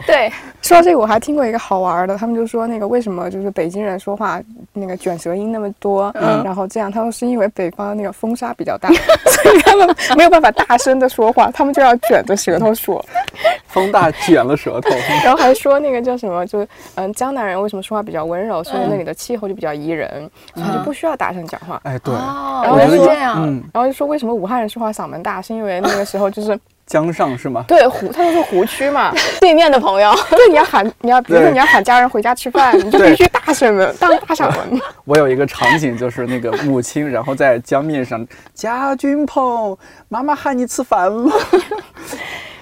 [SPEAKER 3] 对，
[SPEAKER 4] 说到这个，我还听过一个好玩儿的，他们就说那个为什么就是北京人说话那个卷舌音那么多，
[SPEAKER 2] 嗯
[SPEAKER 4] 然后这样，他们是因为北方那个风沙比较大， *laughs* 所以他们没有办法大声的说话，他们就要卷着舌头说。
[SPEAKER 2] 风大卷了舌头。
[SPEAKER 4] 然后还说那个叫什么，就是嗯，江南人为什么说话比较温柔，是
[SPEAKER 3] 嗯
[SPEAKER 4] 因为那里的气候就比较宜人，所以他就不需要大声讲话。
[SPEAKER 2] *laughs* 哎，对，
[SPEAKER 3] 哦，
[SPEAKER 4] 然后
[SPEAKER 3] 原来
[SPEAKER 4] 就是说
[SPEAKER 3] 这样，
[SPEAKER 2] 嗯，
[SPEAKER 4] 然后就说为什么武汉人说话嗓门大，是因为那个时候就是
[SPEAKER 2] 江上是吗？
[SPEAKER 4] 对湖，他们说湖区嘛，
[SPEAKER 3] *laughs* 对面的朋友，
[SPEAKER 4] 对，你要喊，你要比如说
[SPEAKER 2] 对
[SPEAKER 4] 你要喊家人回家吃饭，你就
[SPEAKER 2] 对
[SPEAKER 4] 必须大声的，大大嗓门。
[SPEAKER 2] 我有一个场景，就是那个母亲，然后在江面上，家君碰，妈妈喊你吃饭
[SPEAKER 3] *laughs*
[SPEAKER 2] 了。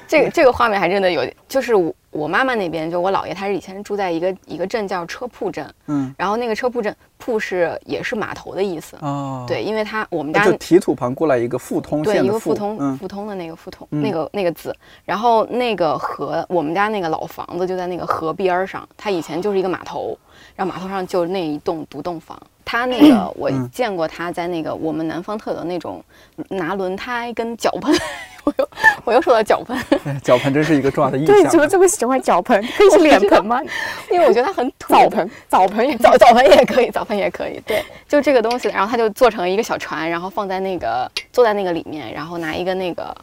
[SPEAKER 3] 这个这个画面还真的有点，就是我我妈妈那边，就我姥爷，他是以前住在一个一个镇叫车铺镇，
[SPEAKER 2] 嗯，
[SPEAKER 3] 然后那个车铺镇铺是也是码头的意思，
[SPEAKER 2] 哦，
[SPEAKER 3] 对，因为他我们
[SPEAKER 2] 那
[SPEAKER 3] 家
[SPEAKER 2] 就提土旁过来一个复通
[SPEAKER 3] 对
[SPEAKER 2] 县
[SPEAKER 3] 一
[SPEAKER 2] 的
[SPEAKER 3] 个
[SPEAKER 2] 复
[SPEAKER 3] 复通、
[SPEAKER 2] 嗯，
[SPEAKER 3] 复通的那个复通、
[SPEAKER 2] 嗯
[SPEAKER 3] 那个那个字，然后那个河，我们家那个老房子就在那个河边儿上，它以前就是一个码头，然后码头上就是那一栋独栋房。他那
[SPEAKER 2] *clears throat*
[SPEAKER 3] 个我
[SPEAKER 2] 嗯
[SPEAKER 3] 见过他在那个我们南方特有的那种拿轮胎跟脚盆， *laughs* 我又我又说到脚盆， *laughs*
[SPEAKER 2] 哎脚盆真是一个重要的意象
[SPEAKER 4] 对，你怎么
[SPEAKER 2] 啊。
[SPEAKER 4] 这么喜欢脚盆？可以是脸盆吗？
[SPEAKER 3] *laughs* 因为我觉得它很土
[SPEAKER 4] *laughs* 澡盆，澡盆
[SPEAKER 3] *laughs*
[SPEAKER 4] 也
[SPEAKER 3] 澡澡盆也可以，澡盆也可以。对，就这个东西，然后它就做成一个小船，然后放在那个坐在那个里面，然后拿一个那个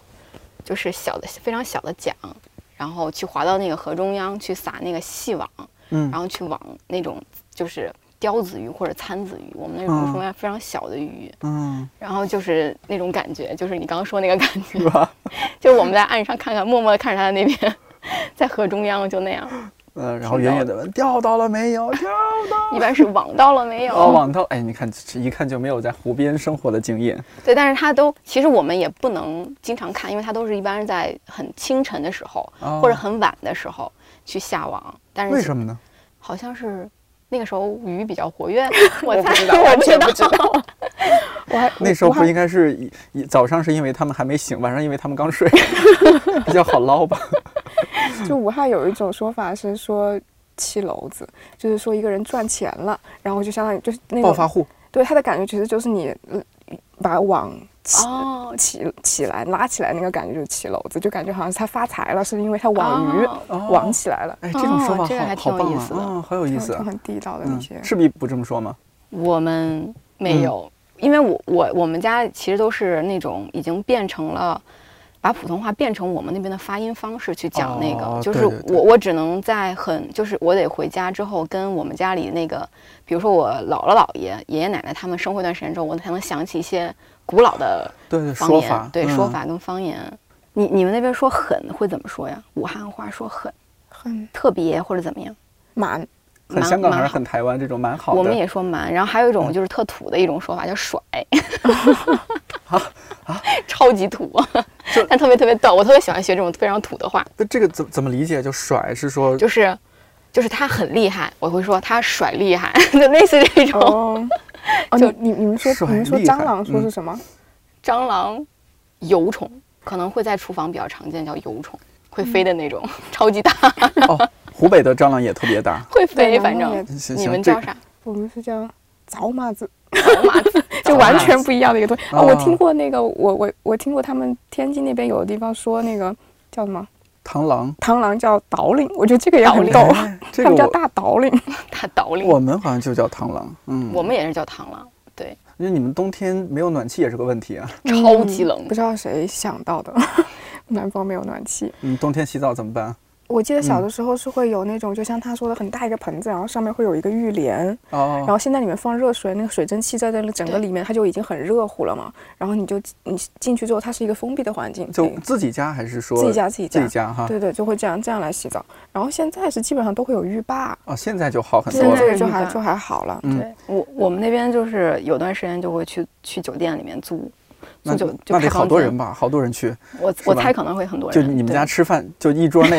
[SPEAKER 3] 就是小的非常小的桨，然后去划到那个河中央去撒那个细网，
[SPEAKER 2] 嗯
[SPEAKER 3] 然后去网那种就是鲷子鱼或者参子鱼，我们那种
[SPEAKER 2] 嗯
[SPEAKER 3] 说非常小的鱼，
[SPEAKER 2] 嗯，
[SPEAKER 3] 然后就是那种感觉，就是你刚刚说那个感觉
[SPEAKER 2] 是，吧？
[SPEAKER 3] *laughs* 就是我们在岸上看看，默默地看着它在那边，在河中央就那样，
[SPEAKER 2] 呃，然后远远的问钓到了没有？钓到。
[SPEAKER 3] 一般是网到了没有？
[SPEAKER 2] 哦，网到哎，你看，这一看就没有在湖边生活的经验。
[SPEAKER 3] 对，但是它都其实我们也不能经常看，因为它都是一般是在很清晨的时候、
[SPEAKER 2] 哦
[SPEAKER 3] 或者很晚的时候去下网。但是
[SPEAKER 2] 为什么呢？
[SPEAKER 3] 好像是那个时候鱼比较活
[SPEAKER 4] *laughs*
[SPEAKER 3] 跃，我
[SPEAKER 4] 我
[SPEAKER 3] 猜
[SPEAKER 4] 不知道，
[SPEAKER 3] *laughs* 我
[SPEAKER 4] 完
[SPEAKER 3] 不
[SPEAKER 4] 全不
[SPEAKER 3] 知
[SPEAKER 4] 知
[SPEAKER 3] 道。
[SPEAKER 4] 道。
[SPEAKER 3] *laughs*
[SPEAKER 4] 我还
[SPEAKER 2] 那时候
[SPEAKER 4] 我
[SPEAKER 2] 不
[SPEAKER 4] 还
[SPEAKER 2] 应该是一一早上是因为他们还没醒，晚上因为他们刚
[SPEAKER 3] *laughs*
[SPEAKER 2] 睡，比较好捞吧？
[SPEAKER 4] 就武汉有一种说法是说七楼子，就是说一个人赚钱了，然后就相当于就是那
[SPEAKER 2] 暴发
[SPEAKER 4] 种
[SPEAKER 2] 户。
[SPEAKER 4] 对他的感觉，其实就是你嗯把网起
[SPEAKER 3] 哦，
[SPEAKER 4] 起起来拉起来那个感觉就是七楼子，就感觉好像是他发财了，是因为他网鱼
[SPEAKER 3] 哦
[SPEAKER 4] 网起来了，
[SPEAKER 2] 哎，这种说法
[SPEAKER 3] 哦这个
[SPEAKER 2] 好
[SPEAKER 3] 还
[SPEAKER 2] 好
[SPEAKER 3] 挺有
[SPEAKER 2] 棒
[SPEAKER 3] 意
[SPEAKER 2] 啊！
[SPEAKER 3] 思的
[SPEAKER 2] 啊，好有意
[SPEAKER 4] 就
[SPEAKER 2] 思
[SPEAKER 4] 就
[SPEAKER 2] 啊。
[SPEAKER 4] 很地道的那
[SPEAKER 2] 嗯
[SPEAKER 4] 些，。
[SPEAKER 2] 赤壁不这么说吗？
[SPEAKER 3] 我们
[SPEAKER 2] 嗯
[SPEAKER 3] 没有，因为我我我们家其实都是那种已经变成了。把普通话变成我们那边的发音方式去讲那个，
[SPEAKER 2] 哦
[SPEAKER 3] 就是
[SPEAKER 2] 对
[SPEAKER 3] 我
[SPEAKER 2] 对对
[SPEAKER 3] 我只能在很就是我得回家之后跟我们家里那个，比如说我姥姥姥爷爷爷奶奶他们生活一段时间之后，我才能想起一些古老的
[SPEAKER 2] 对对，
[SPEAKER 3] 方
[SPEAKER 2] 说
[SPEAKER 3] 言，
[SPEAKER 2] 法
[SPEAKER 3] 对、
[SPEAKER 2] 嗯
[SPEAKER 3] 说法跟方言。你你们那边说狠会怎么说呀？武汉话说狠，
[SPEAKER 4] 很
[SPEAKER 3] 特别或者怎么样？
[SPEAKER 4] 满
[SPEAKER 2] 很
[SPEAKER 3] 蛮
[SPEAKER 2] 香港还是
[SPEAKER 3] 蛮好
[SPEAKER 2] 很台湾这种蛮好的。嗯
[SPEAKER 3] 我们也说蛮，然后还有一种就是特土的一种说法
[SPEAKER 2] *laughs*
[SPEAKER 3] 叫甩，
[SPEAKER 2] 啊
[SPEAKER 3] *laughs* 超级土，但特别特别逗，我特别喜欢学这种非常土的话，
[SPEAKER 2] 那这个怎怎么理解？就甩是说
[SPEAKER 3] 就是就是他很厉害，我会说他甩厉害， *laughs* 就类似这种、
[SPEAKER 4] 哦。 *laughs* 哦，你你你们说
[SPEAKER 2] 甩
[SPEAKER 4] 你们说
[SPEAKER 2] 厉害
[SPEAKER 4] 蟑螂说
[SPEAKER 2] 嗯
[SPEAKER 4] 是什么？
[SPEAKER 3] 蟑螂、油虫，可能会在厨房比较常见，叫油虫，会飞的那
[SPEAKER 2] 嗯
[SPEAKER 3] 种， *laughs* 超级大，。
[SPEAKER 2] 哦，湖北的蟑螂也特别大
[SPEAKER 3] 会飞，
[SPEAKER 4] 对
[SPEAKER 3] 反
[SPEAKER 4] 然后
[SPEAKER 3] 正
[SPEAKER 4] 也
[SPEAKER 2] 行
[SPEAKER 3] 你
[SPEAKER 2] 行
[SPEAKER 3] 们
[SPEAKER 2] 这
[SPEAKER 3] 叫啥？
[SPEAKER 4] 我们是叫枣麻子， *laughs* 就完全不一样的一个东西。
[SPEAKER 2] 啊
[SPEAKER 4] 啊，我听过那个，我我我听过他们天津那边有的地方说那个叫什么
[SPEAKER 2] 螳
[SPEAKER 3] *laughs*
[SPEAKER 2] 螂，
[SPEAKER 4] 螳螂叫倒岭，我觉得这个也很
[SPEAKER 3] 倒
[SPEAKER 4] 逗，
[SPEAKER 2] 哎 *laughs* 这
[SPEAKER 4] 他
[SPEAKER 2] 个
[SPEAKER 4] 们叫
[SPEAKER 2] 我
[SPEAKER 4] 大倒岭。
[SPEAKER 3] 大倒立，
[SPEAKER 2] 我们好像就叫螳螂，嗯，
[SPEAKER 3] 我们也是叫螳螂，对，
[SPEAKER 2] 因为你们冬天没有暖气也是个问题啊，
[SPEAKER 3] 超级冷
[SPEAKER 4] 嗯 *laughs* 不。知道谁想到的，南方没有暖气。
[SPEAKER 2] 嗯你们冬天洗澡怎么办？
[SPEAKER 4] 我记得小的时候是会有那种，就像他说的，很大一个盆子，然后上面会有一个浴帘，然
[SPEAKER 2] 哦，
[SPEAKER 4] 后现在里面放热水，那个水蒸气在那里整个里面，它就已经很热乎了嘛。然后你就你进去之后，它是一个封闭的环境，
[SPEAKER 2] 就
[SPEAKER 4] 对
[SPEAKER 2] 自己家还是说
[SPEAKER 4] 自己家自己家
[SPEAKER 2] 自己家哈？
[SPEAKER 4] 对对，就会这样这样来洗澡。然后现在是基本上都会有浴霸，
[SPEAKER 2] 哦，现在就好很
[SPEAKER 4] 现
[SPEAKER 2] 多
[SPEAKER 3] 现
[SPEAKER 2] 了。
[SPEAKER 3] 在
[SPEAKER 4] 在
[SPEAKER 3] 是
[SPEAKER 4] 就
[SPEAKER 3] 浴
[SPEAKER 4] 还
[SPEAKER 3] 霸
[SPEAKER 4] 就还好了。
[SPEAKER 2] 嗯
[SPEAKER 3] 对我我们那边就是有段时间就会去去酒店里面租租
[SPEAKER 2] 那
[SPEAKER 3] 酒就
[SPEAKER 2] 那得
[SPEAKER 3] 开
[SPEAKER 2] 好
[SPEAKER 3] 房
[SPEAKER 2] 多
[SPEAKER 3] 间
[SPEAKER 2] 人吧，好多人去，
[SPEAKER 3] 我
[SPEAKER 2] 是
[SPEAKER 3] 我
[SPEAKER 2] 吧
[SPEAKER 3] 猜可能会很多
[SPEAKER 2] 就
[SPEAKER 3] 人。
[SPEAKER 2] 你们
[SPEAKER 3] 对
[SPEAKER 2] 家吃饭，就一桌 *laughs* 那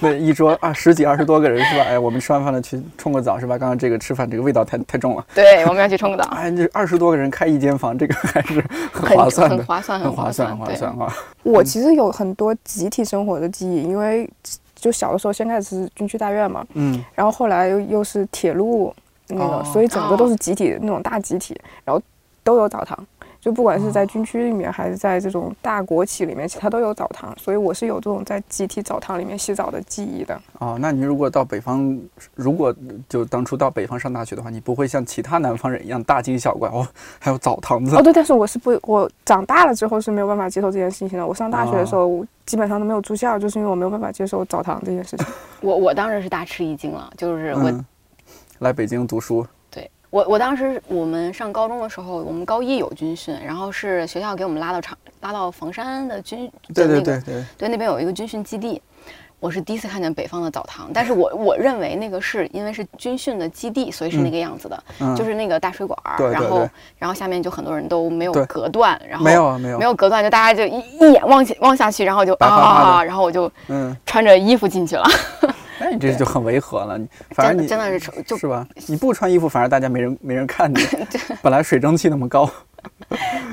[SPEAKER 2] 那一桌啊十几二十多个人是吧？哎，我们吃完饭了去冲个澡是吧？刚刚这个吃饭这个味道太太重了，
[SPEAKER 3] 对，我们要
[SPEAKER 2] *laughs*
[SPEAKER 3] 去冲个澡，
[SPEAKER 2] 哎，这二十多个人开一间房，这个还是很
[SPEAKER 3] 很
[SPEAKER 2] 划算的
[SPEAKER 3] 很，划算，
[SPEAKER 2] 很
[SPEAKER 3] 划
[SPEAKER 2] 划算，很划
[SPEAKER 3] 对
[SPEAKER 2] 算啊！
[SPEAKER 4] 我其实有很多集体生活的记忆，因为就小的时候先开始是军区大院嘛，
[SPEAKER 2] 嗯，
[SPEAKER 4] 然后后来又又是铁路那个，
[SPEAKER 2] 哦
[SPEAKER 4] 所以整个都是集体、那种大集体，然后都有澡堂。就不管是在军区里面，还是在这种大国企里面，其实它都有澡堂，所以我是有这种在集体澡堂里面洗澡的记忆的。
[SPEAKER 2] 哦，那你如果到北方，如果就当初到北方上大学的话，你不会像其他南方人一样大惊小怪哦，还有澡堂子
[SPEAKER 4] 哦，对，但是我是不，我长大了之后是没有办法接受这件事情的。我上大学的
[SPEAKER 2] 哦
[SPEAKER 4] 时候，我基本上都没有住校，就是因为我没有办法接受澡堂这件事情。
[SPEAKER 3] 我我当时是大吃一惊了，就是我、
[SPEAKER 2] 嗯，来北京读书，
[SPEAKER 3] 对我我当时我们上高中的时候，我们高一有军训，然后是学校给我们拉到厂拉到房山的军，
[SPEAKER 2] 对
[SPEAKER 3] 就
[SPEAKER 2] 对
[SPEAKER 3] 那个
[SPEAKER 2] 对对，
[SPEAKER 3] 对，那边有一个军训基地。我是第一次看见北方的澡堂，但是我我认为那个是因为是军训的基地，所以是那个样子的，
[SPEAKER 2] 嗯，
[SPEAKER 3] 就是那个大水管儿，
[SPEAKER 2] 对对
[SPEAKER 3] 然后
[SPEAKER 2] 对
[SPEAKER 3] 然后下面就很多人都没有
[SPEAKER 2] 对
[SPEAKER 3] 隔断，然后
[SPEAKER 2] 没有啊没有
[SPEAKER 3] 没有隔断，就大家就一一眼望起望下去，然后就
[SPEAKER 2] 白花花的
[SPEAKER 3] 啊，然后我就
[SPEAKER 2] 嗯，
[SPEAKER 3] 穿着衣服进去了，
[SPEAKER 2] 哎，你这就很违和了，你反
[SPEAKER 3] 真
[SPEAKER 2] 正
[SPEAKER 3] 的
[SPEAKER 2] 你
[SPEAKER 3] 真的是丑就是
[SPEAKER 2] 吧？你不穿衣服，反而大家没人没人
[SPEAKER 3] *laughs*
[SPEAKER 2] 看你，本来水蒸气那么高，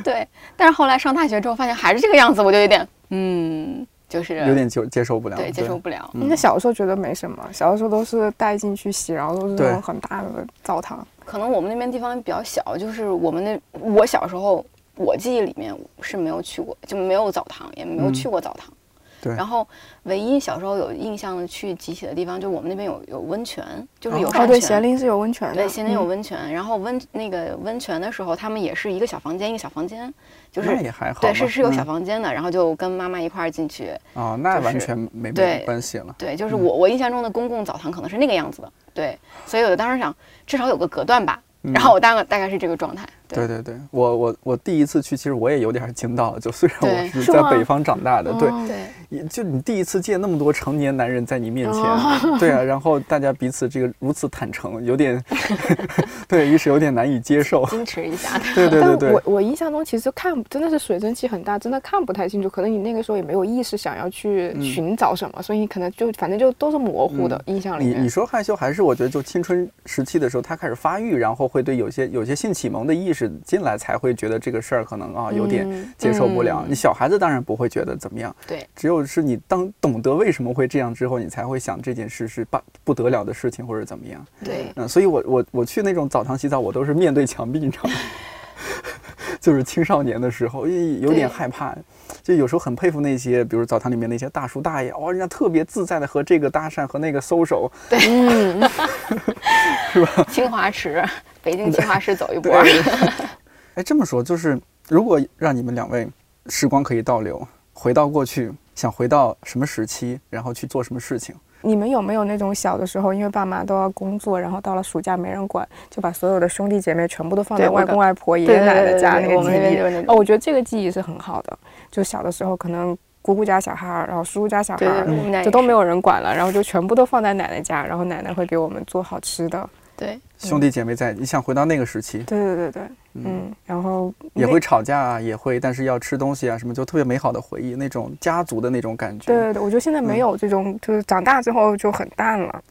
[SPEAKER 3] 对，但是后来上大学之后发现还是这个样子，我就有点嗯，就是
[SPEAKER 2] 有点接接受不了，
[SPEAKER 3] 对接受不了。
[SPEAKER 2] 嗯
[SPEAKER 4] *laughs* 那小的时候觉得没什么，小的时候都是带进去洗，然后都是
[SPEAKER 2] 对
[SPEAKER 4] 那种很大的澡堂。
[SPEAKER 3] 可能我们那边地方比较小，就是我们那我小时候我记忆里面是没有去过，就没有澡堂，也没有
[SPEAKER 2] 嗯
[SPEAKER 3] 去过澡堂。
[SPEAKER 2] 对
[SPEAKER 3] 然后唯一小时候有印象的去集体的地方，就我们那边有有温泉，就是有
[SPEAKER 4] 哦，
[SPEAKER 3] 山
[SPEAKER 4] 对，
[SPEAKER 3] 泉
[SPEAKER 4] 咸。宁是有温泉的。
[SPEAKER 3] 对，咸宁有
[SPEAKER 4] 嗯
[SPEAKER 3] 温泉，然后温那个温泉的时候，他们也是一个小房间一个小房间，就
[SPEAKER 2] 那
[SPEAKER 3] 是
[SPEAKER 2] 也还好吧，
[SPEAKER 3] 对是是有小
[SPEAKER 2] 嗯
[SPEAKER 3] 房间的，然后就跟妈妈一块儿进去，
[SPEAKER 2] 哦，那
[SPEAKER 3] 就
[SPEAKER 2] 完
[SPEAKER 3] 是
[SPEAKER 2] 全没没
[SPEAKER 3] 对
[SPEAKER 2] 关系了，
[SPEAKER 3] 对，就是我我印象中的公共澡堂可能是那个样子的，对，所以我当时想至少有个隔断吧，
[SPEAKER 2] 嗯
[SPEAKER 3] 然后我大概大概是这个状态，
[SPEAKER 2] 对对对，我我我第一次去，其实我也有点儿惊到了，就虽然
[SPEAKER 3] 对
[SPEAKER 2] 我是
[SPEAKER 4] 是
[SPEAKER 2] 在
[SPEAKER 4] 吗
[SPEAKER 2] 北方长大的，对，
[SPEAKER 4] 哦
[SPEAKER 3] 对
[SPEAKER 2] 也就你第一次见那么多成年男人在你面前，
[SPEAKER 3] 哦
[SPEAKER 2] 对啊，然后大家彼此这个如此坦诚，有点， *laughs* 对于是有点难以接受，
[SPEAKER 3] 矜持一下的， *laughs*
[SPEAKER 2] 对对对
[SPEAKER 4] 但
[SPEAKER 2] 对
[SPEAKER 4] 我，我印象中其实看真的是水蒸气很大，真的看不太清楚。可能你那个时候也没有意识想要去
[SPEAKER 2] 嗯
[SPEAKER 4] 寻找什么，所以你可能就反正就都是模糊的、印象里
[SPEAKER 2] 你
[SPEAKER 4] 面。
[SPEAKER 2] 你说害羞，还是我觉得就青春时期的时候，他开始发育，然后会对有些有些性启蒙的意识进来，才会觉得这个事儿可能啊有点
[SPEAKER 4] 嗯
[SPEAKER 2] 接受不了。
[SPEAKER 3] 嗯
[SPEAKER 2] 你小孩子当然不会觉得怎么样，
[SPEAKER 3] 对，
[SPEAKER 2] 只有是你当懂得为什么会这样之后，你才会想这件事是不不得了的事情或者怎么样。
[SPEAKER 3] 对，
[SPEAKER 2] 嗯，所以我我我去那种澡堂洗澡，我都是面对墙壁，你知道吗？ *laughs* 就是青少年的时候，因为有点
[SPEAKER 3] 对
[SPEAKER 2] 害怕，就有时候很佩服那些，比如澡堂里面那些大叔大爷，哇、人家特别自在的和这个搭讪和那个搜手，
[SPEAKER 3] 清华池，北京清华池走一波，
[SPEAKER 2] *laughs* 哎，这么说就是，如果让你们两位时光可以倒流，回到过去，想回到什么时期，然后去做什么事情？
[SPEAKER 4] 你们有没有那种小的时候，因为爸妈都要工作，然后到了暑假没人管，就把所有的兄弟姐妹全部都放在
[SPEAKER 3] 对我
[SPEAKER 4] 外
[SPEAKER 3] 懂
[SPEAKER 4] 公外婆、爷爷奶奶家
[SPEAKER 3] 对
[SPEAKER 4] 那
[SPEAKER 3] 对对对对我
[SPEAKER 4] 个
[SPEAKER 3] 们
[SPEAKER 4] 记
[SPEAKER 3] 那边就是
[SPEAKER 4] 忆
[SPEAKER 3] 那？种
[SPEAKER 4] 哦，我觉得这个记忆是很好的。就小的时候，可能姑姑家小孩儿，然后叔叔家小孩
[SPEAKER 3] 对对，
[SPEAKER 4] 儿嗯
[SPEAKER 3] 对，我们家也
[SPEAKER 4] 就都没
[SPEAKER 3] 有
[SPEAKER 4] 有人管了，然后就全部都放在奶奶家，然后奶奶会给我们做好吃的。
[SPEAKER 3] 对，
[SPEAKER 2] 兄
[SPEAKER 4] 嗯
[SPEAKER 2] 弟姐妹在，你想回到那个时期，
[SPEAKER 4] 对对对对，嗯，然后
[SPEAKER 2] 也
[SPEAKER 4] 那
[SPEAKER 2] 会吵架啊，也会，但是要吃东西啊，什么就特别美好的回忆，那种家族的那种感觉。
[SPEAKER 4] 对嗯对对，我觉得现在没有这种，就是长大之后就很淡了。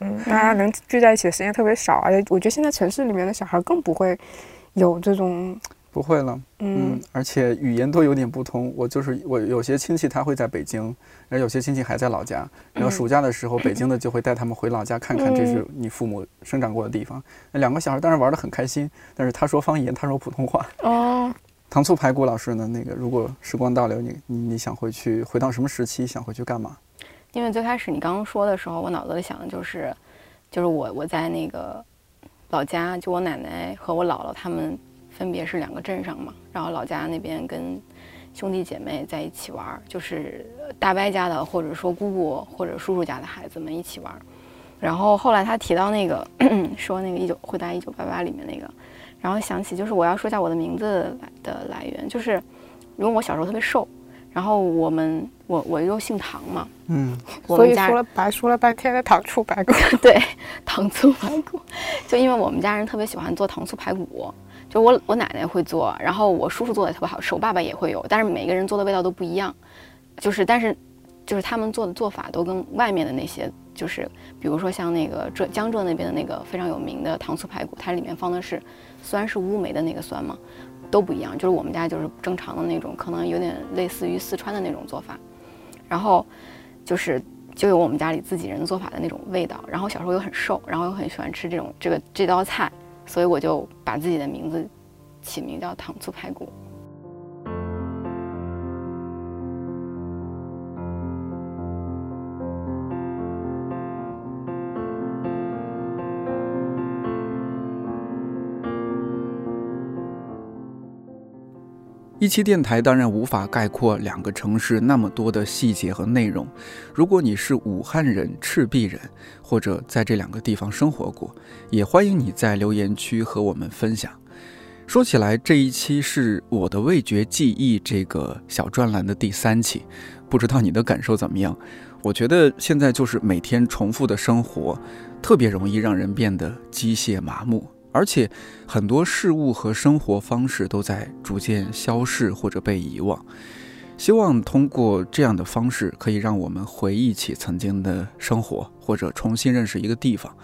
[SPEAKER 4] 嗯，大家能聚在一起的时间特别少，而且我觉得现在城市里面的小孩更不会有这种，
[SPEAKER 2] 不会了，嗯
[SPEAKER 4] 嗯，，
[SPEAKER 2] 而且语言都有点不通。我就是我有些亲戚他会在北京，然后有些亲戚还在老家，然后暑假的时候，北京的就会带他们回老家看看，这是你父母生长过的地方。那两个小孩当然玩得很开心，但是他说方言，他说普通话。 *laughs*
[SPEAKER 4] 哦，
[SPEAKER 2] 糖醋排骨老师呢？那个如果时光倒流，你你你想回去回到什么时期？想回去干嘛？
[SPEAKER 3] 因为最开始你刚刚说的时候，我脑子里想的就是，就是我我在那个老家，就我奶奶和我姥姥他们分别是两个镇上嘛，然后老家那边跟兄弟姐妹在一起玩儿，就是大伯家的或者说姑姑或者叔叔家的孩子们一起玩儿。然后后来他提到那个 *coughs* 说那个一九回答一九八八里面那个，然后想起就是我要说一下我的名字的来源，就是因为我小时候特别瘦，然后我们我我又姓唐嘛，
[SPEAKER 2] 嗯，
[SPEAKER 3] 我
[SPEAKER 4] 所
[SPEAKER 3] 们
[SPEAKER 4] 以
[SPEAKER 3] 家
[SPEAKER 4] 说了白说了半天的糖醋排骨， *laughs*
[SPEAKER 3] 对，糖醋排骨，就因为我们家人特别喜欢做糖醋排骨，就我我奶奶会做，然后我叔叔做的特别好吃，我爸爸也会有，但是每个人做的味道都不一样，就是但是就是他们做的做法都跟外面的那些，就是比如说像那个浙江浙那边的那个非常有名的糖醋排骨，它里面放的是酸是乌梅的那个酸嘛，都不一样，就是我们家就是正常的那种，可能有点类似于四川的那种做法，然后就是就有我们家里自己人做法的那种味道。然后小时候又很瘦，然后又很喜欢吃这种这个这道菜，所以我就把自己的名字起名叫糖醋排骨。
[SPEAKER 6] 一期电台当然无法概括两个城市那么多的细节和内容。如果你是武汉人、赤壁人，或者在这两个地方生活过，也欢迎你在留言区和我们分享。说起来，这一期是我的味觉记忆这个小专栏的第三期，不知道你的感受怎么样？我觉得现在就是每天重复的生活，特别容易让人变得机械麻木，而且很多事物和生活方式都在逐渐消逝或者被遗忘。希望通过这样的方式，可以让我们回忆起曾经的生活，或者重新认识一个地方。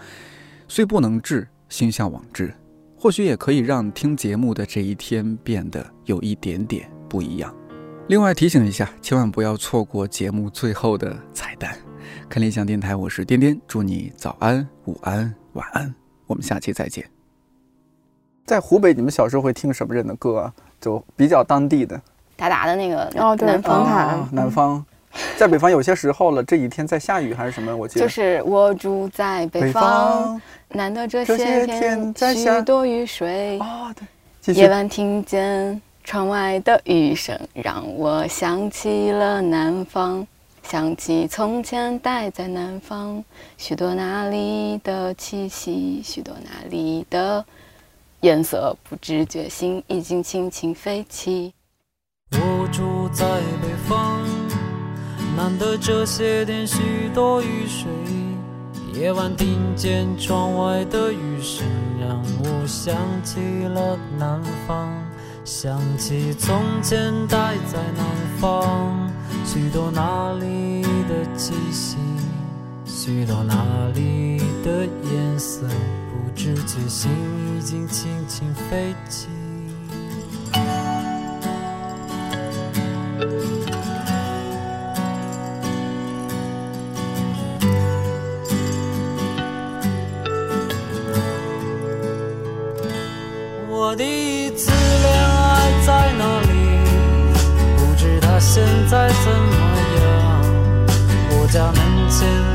[SPEAKER 6] 虽不能至，心向往之。或许也可以让听节目的这一天变得有一点点不一样。另外提醒一下，千万不要错过节目最后的彩蛋。看理想电台，我是颠颠，祝你早安、午安、晚安，我们下期再见。
[SPEAKER 2] 在湖北，你们小时候会听什么人的歌啊？就比较当地的
[SPEAKER 3] 达达的那个
[SPEAKER 4] 哦对
[SPEAKER 3] 南
[SPEAKER 4] 方
[SPEAKER 3] 方
[SPEAKER 4] 塔
[SPEAKER 2] 啊南方，在北方有些时候了，这几天在下雨还是什么？我记得
[SPEAKER 3] 就是我住在北
[SPEAKER 2] 北
[SPEAKER 3] 方，难得这
[SPEAKER 2] 这些
[SPEAKER 3] 些
[SPEAKER 2] 天
[SPEAKER 3] 天
[SPEAKER 2] 在
[SPEAKER 3] 许
[SPEAKER 2] 下
[SPEAKER 3] 多雨水，
[SPEAKER 2] 哦，对，继续
[SPEAKER 3] 夜晚听见窗外的雨声，让我想起了南方，想起从前待在南方，许多那里的气息，许多那里的颜色，不知觉心已经轻轻飞起。
[SPEAKER 1] 我住在北方，难得这些天许多雨水。夜晚听见窗外的雨声，让我想起了南方，想起从前待在南方，许多那里的气息，许多那里的颜色，不知觉心已经轻轻飞起。我第一次恋爱在哪里？不知他现在怎么样。我家门前 Oh,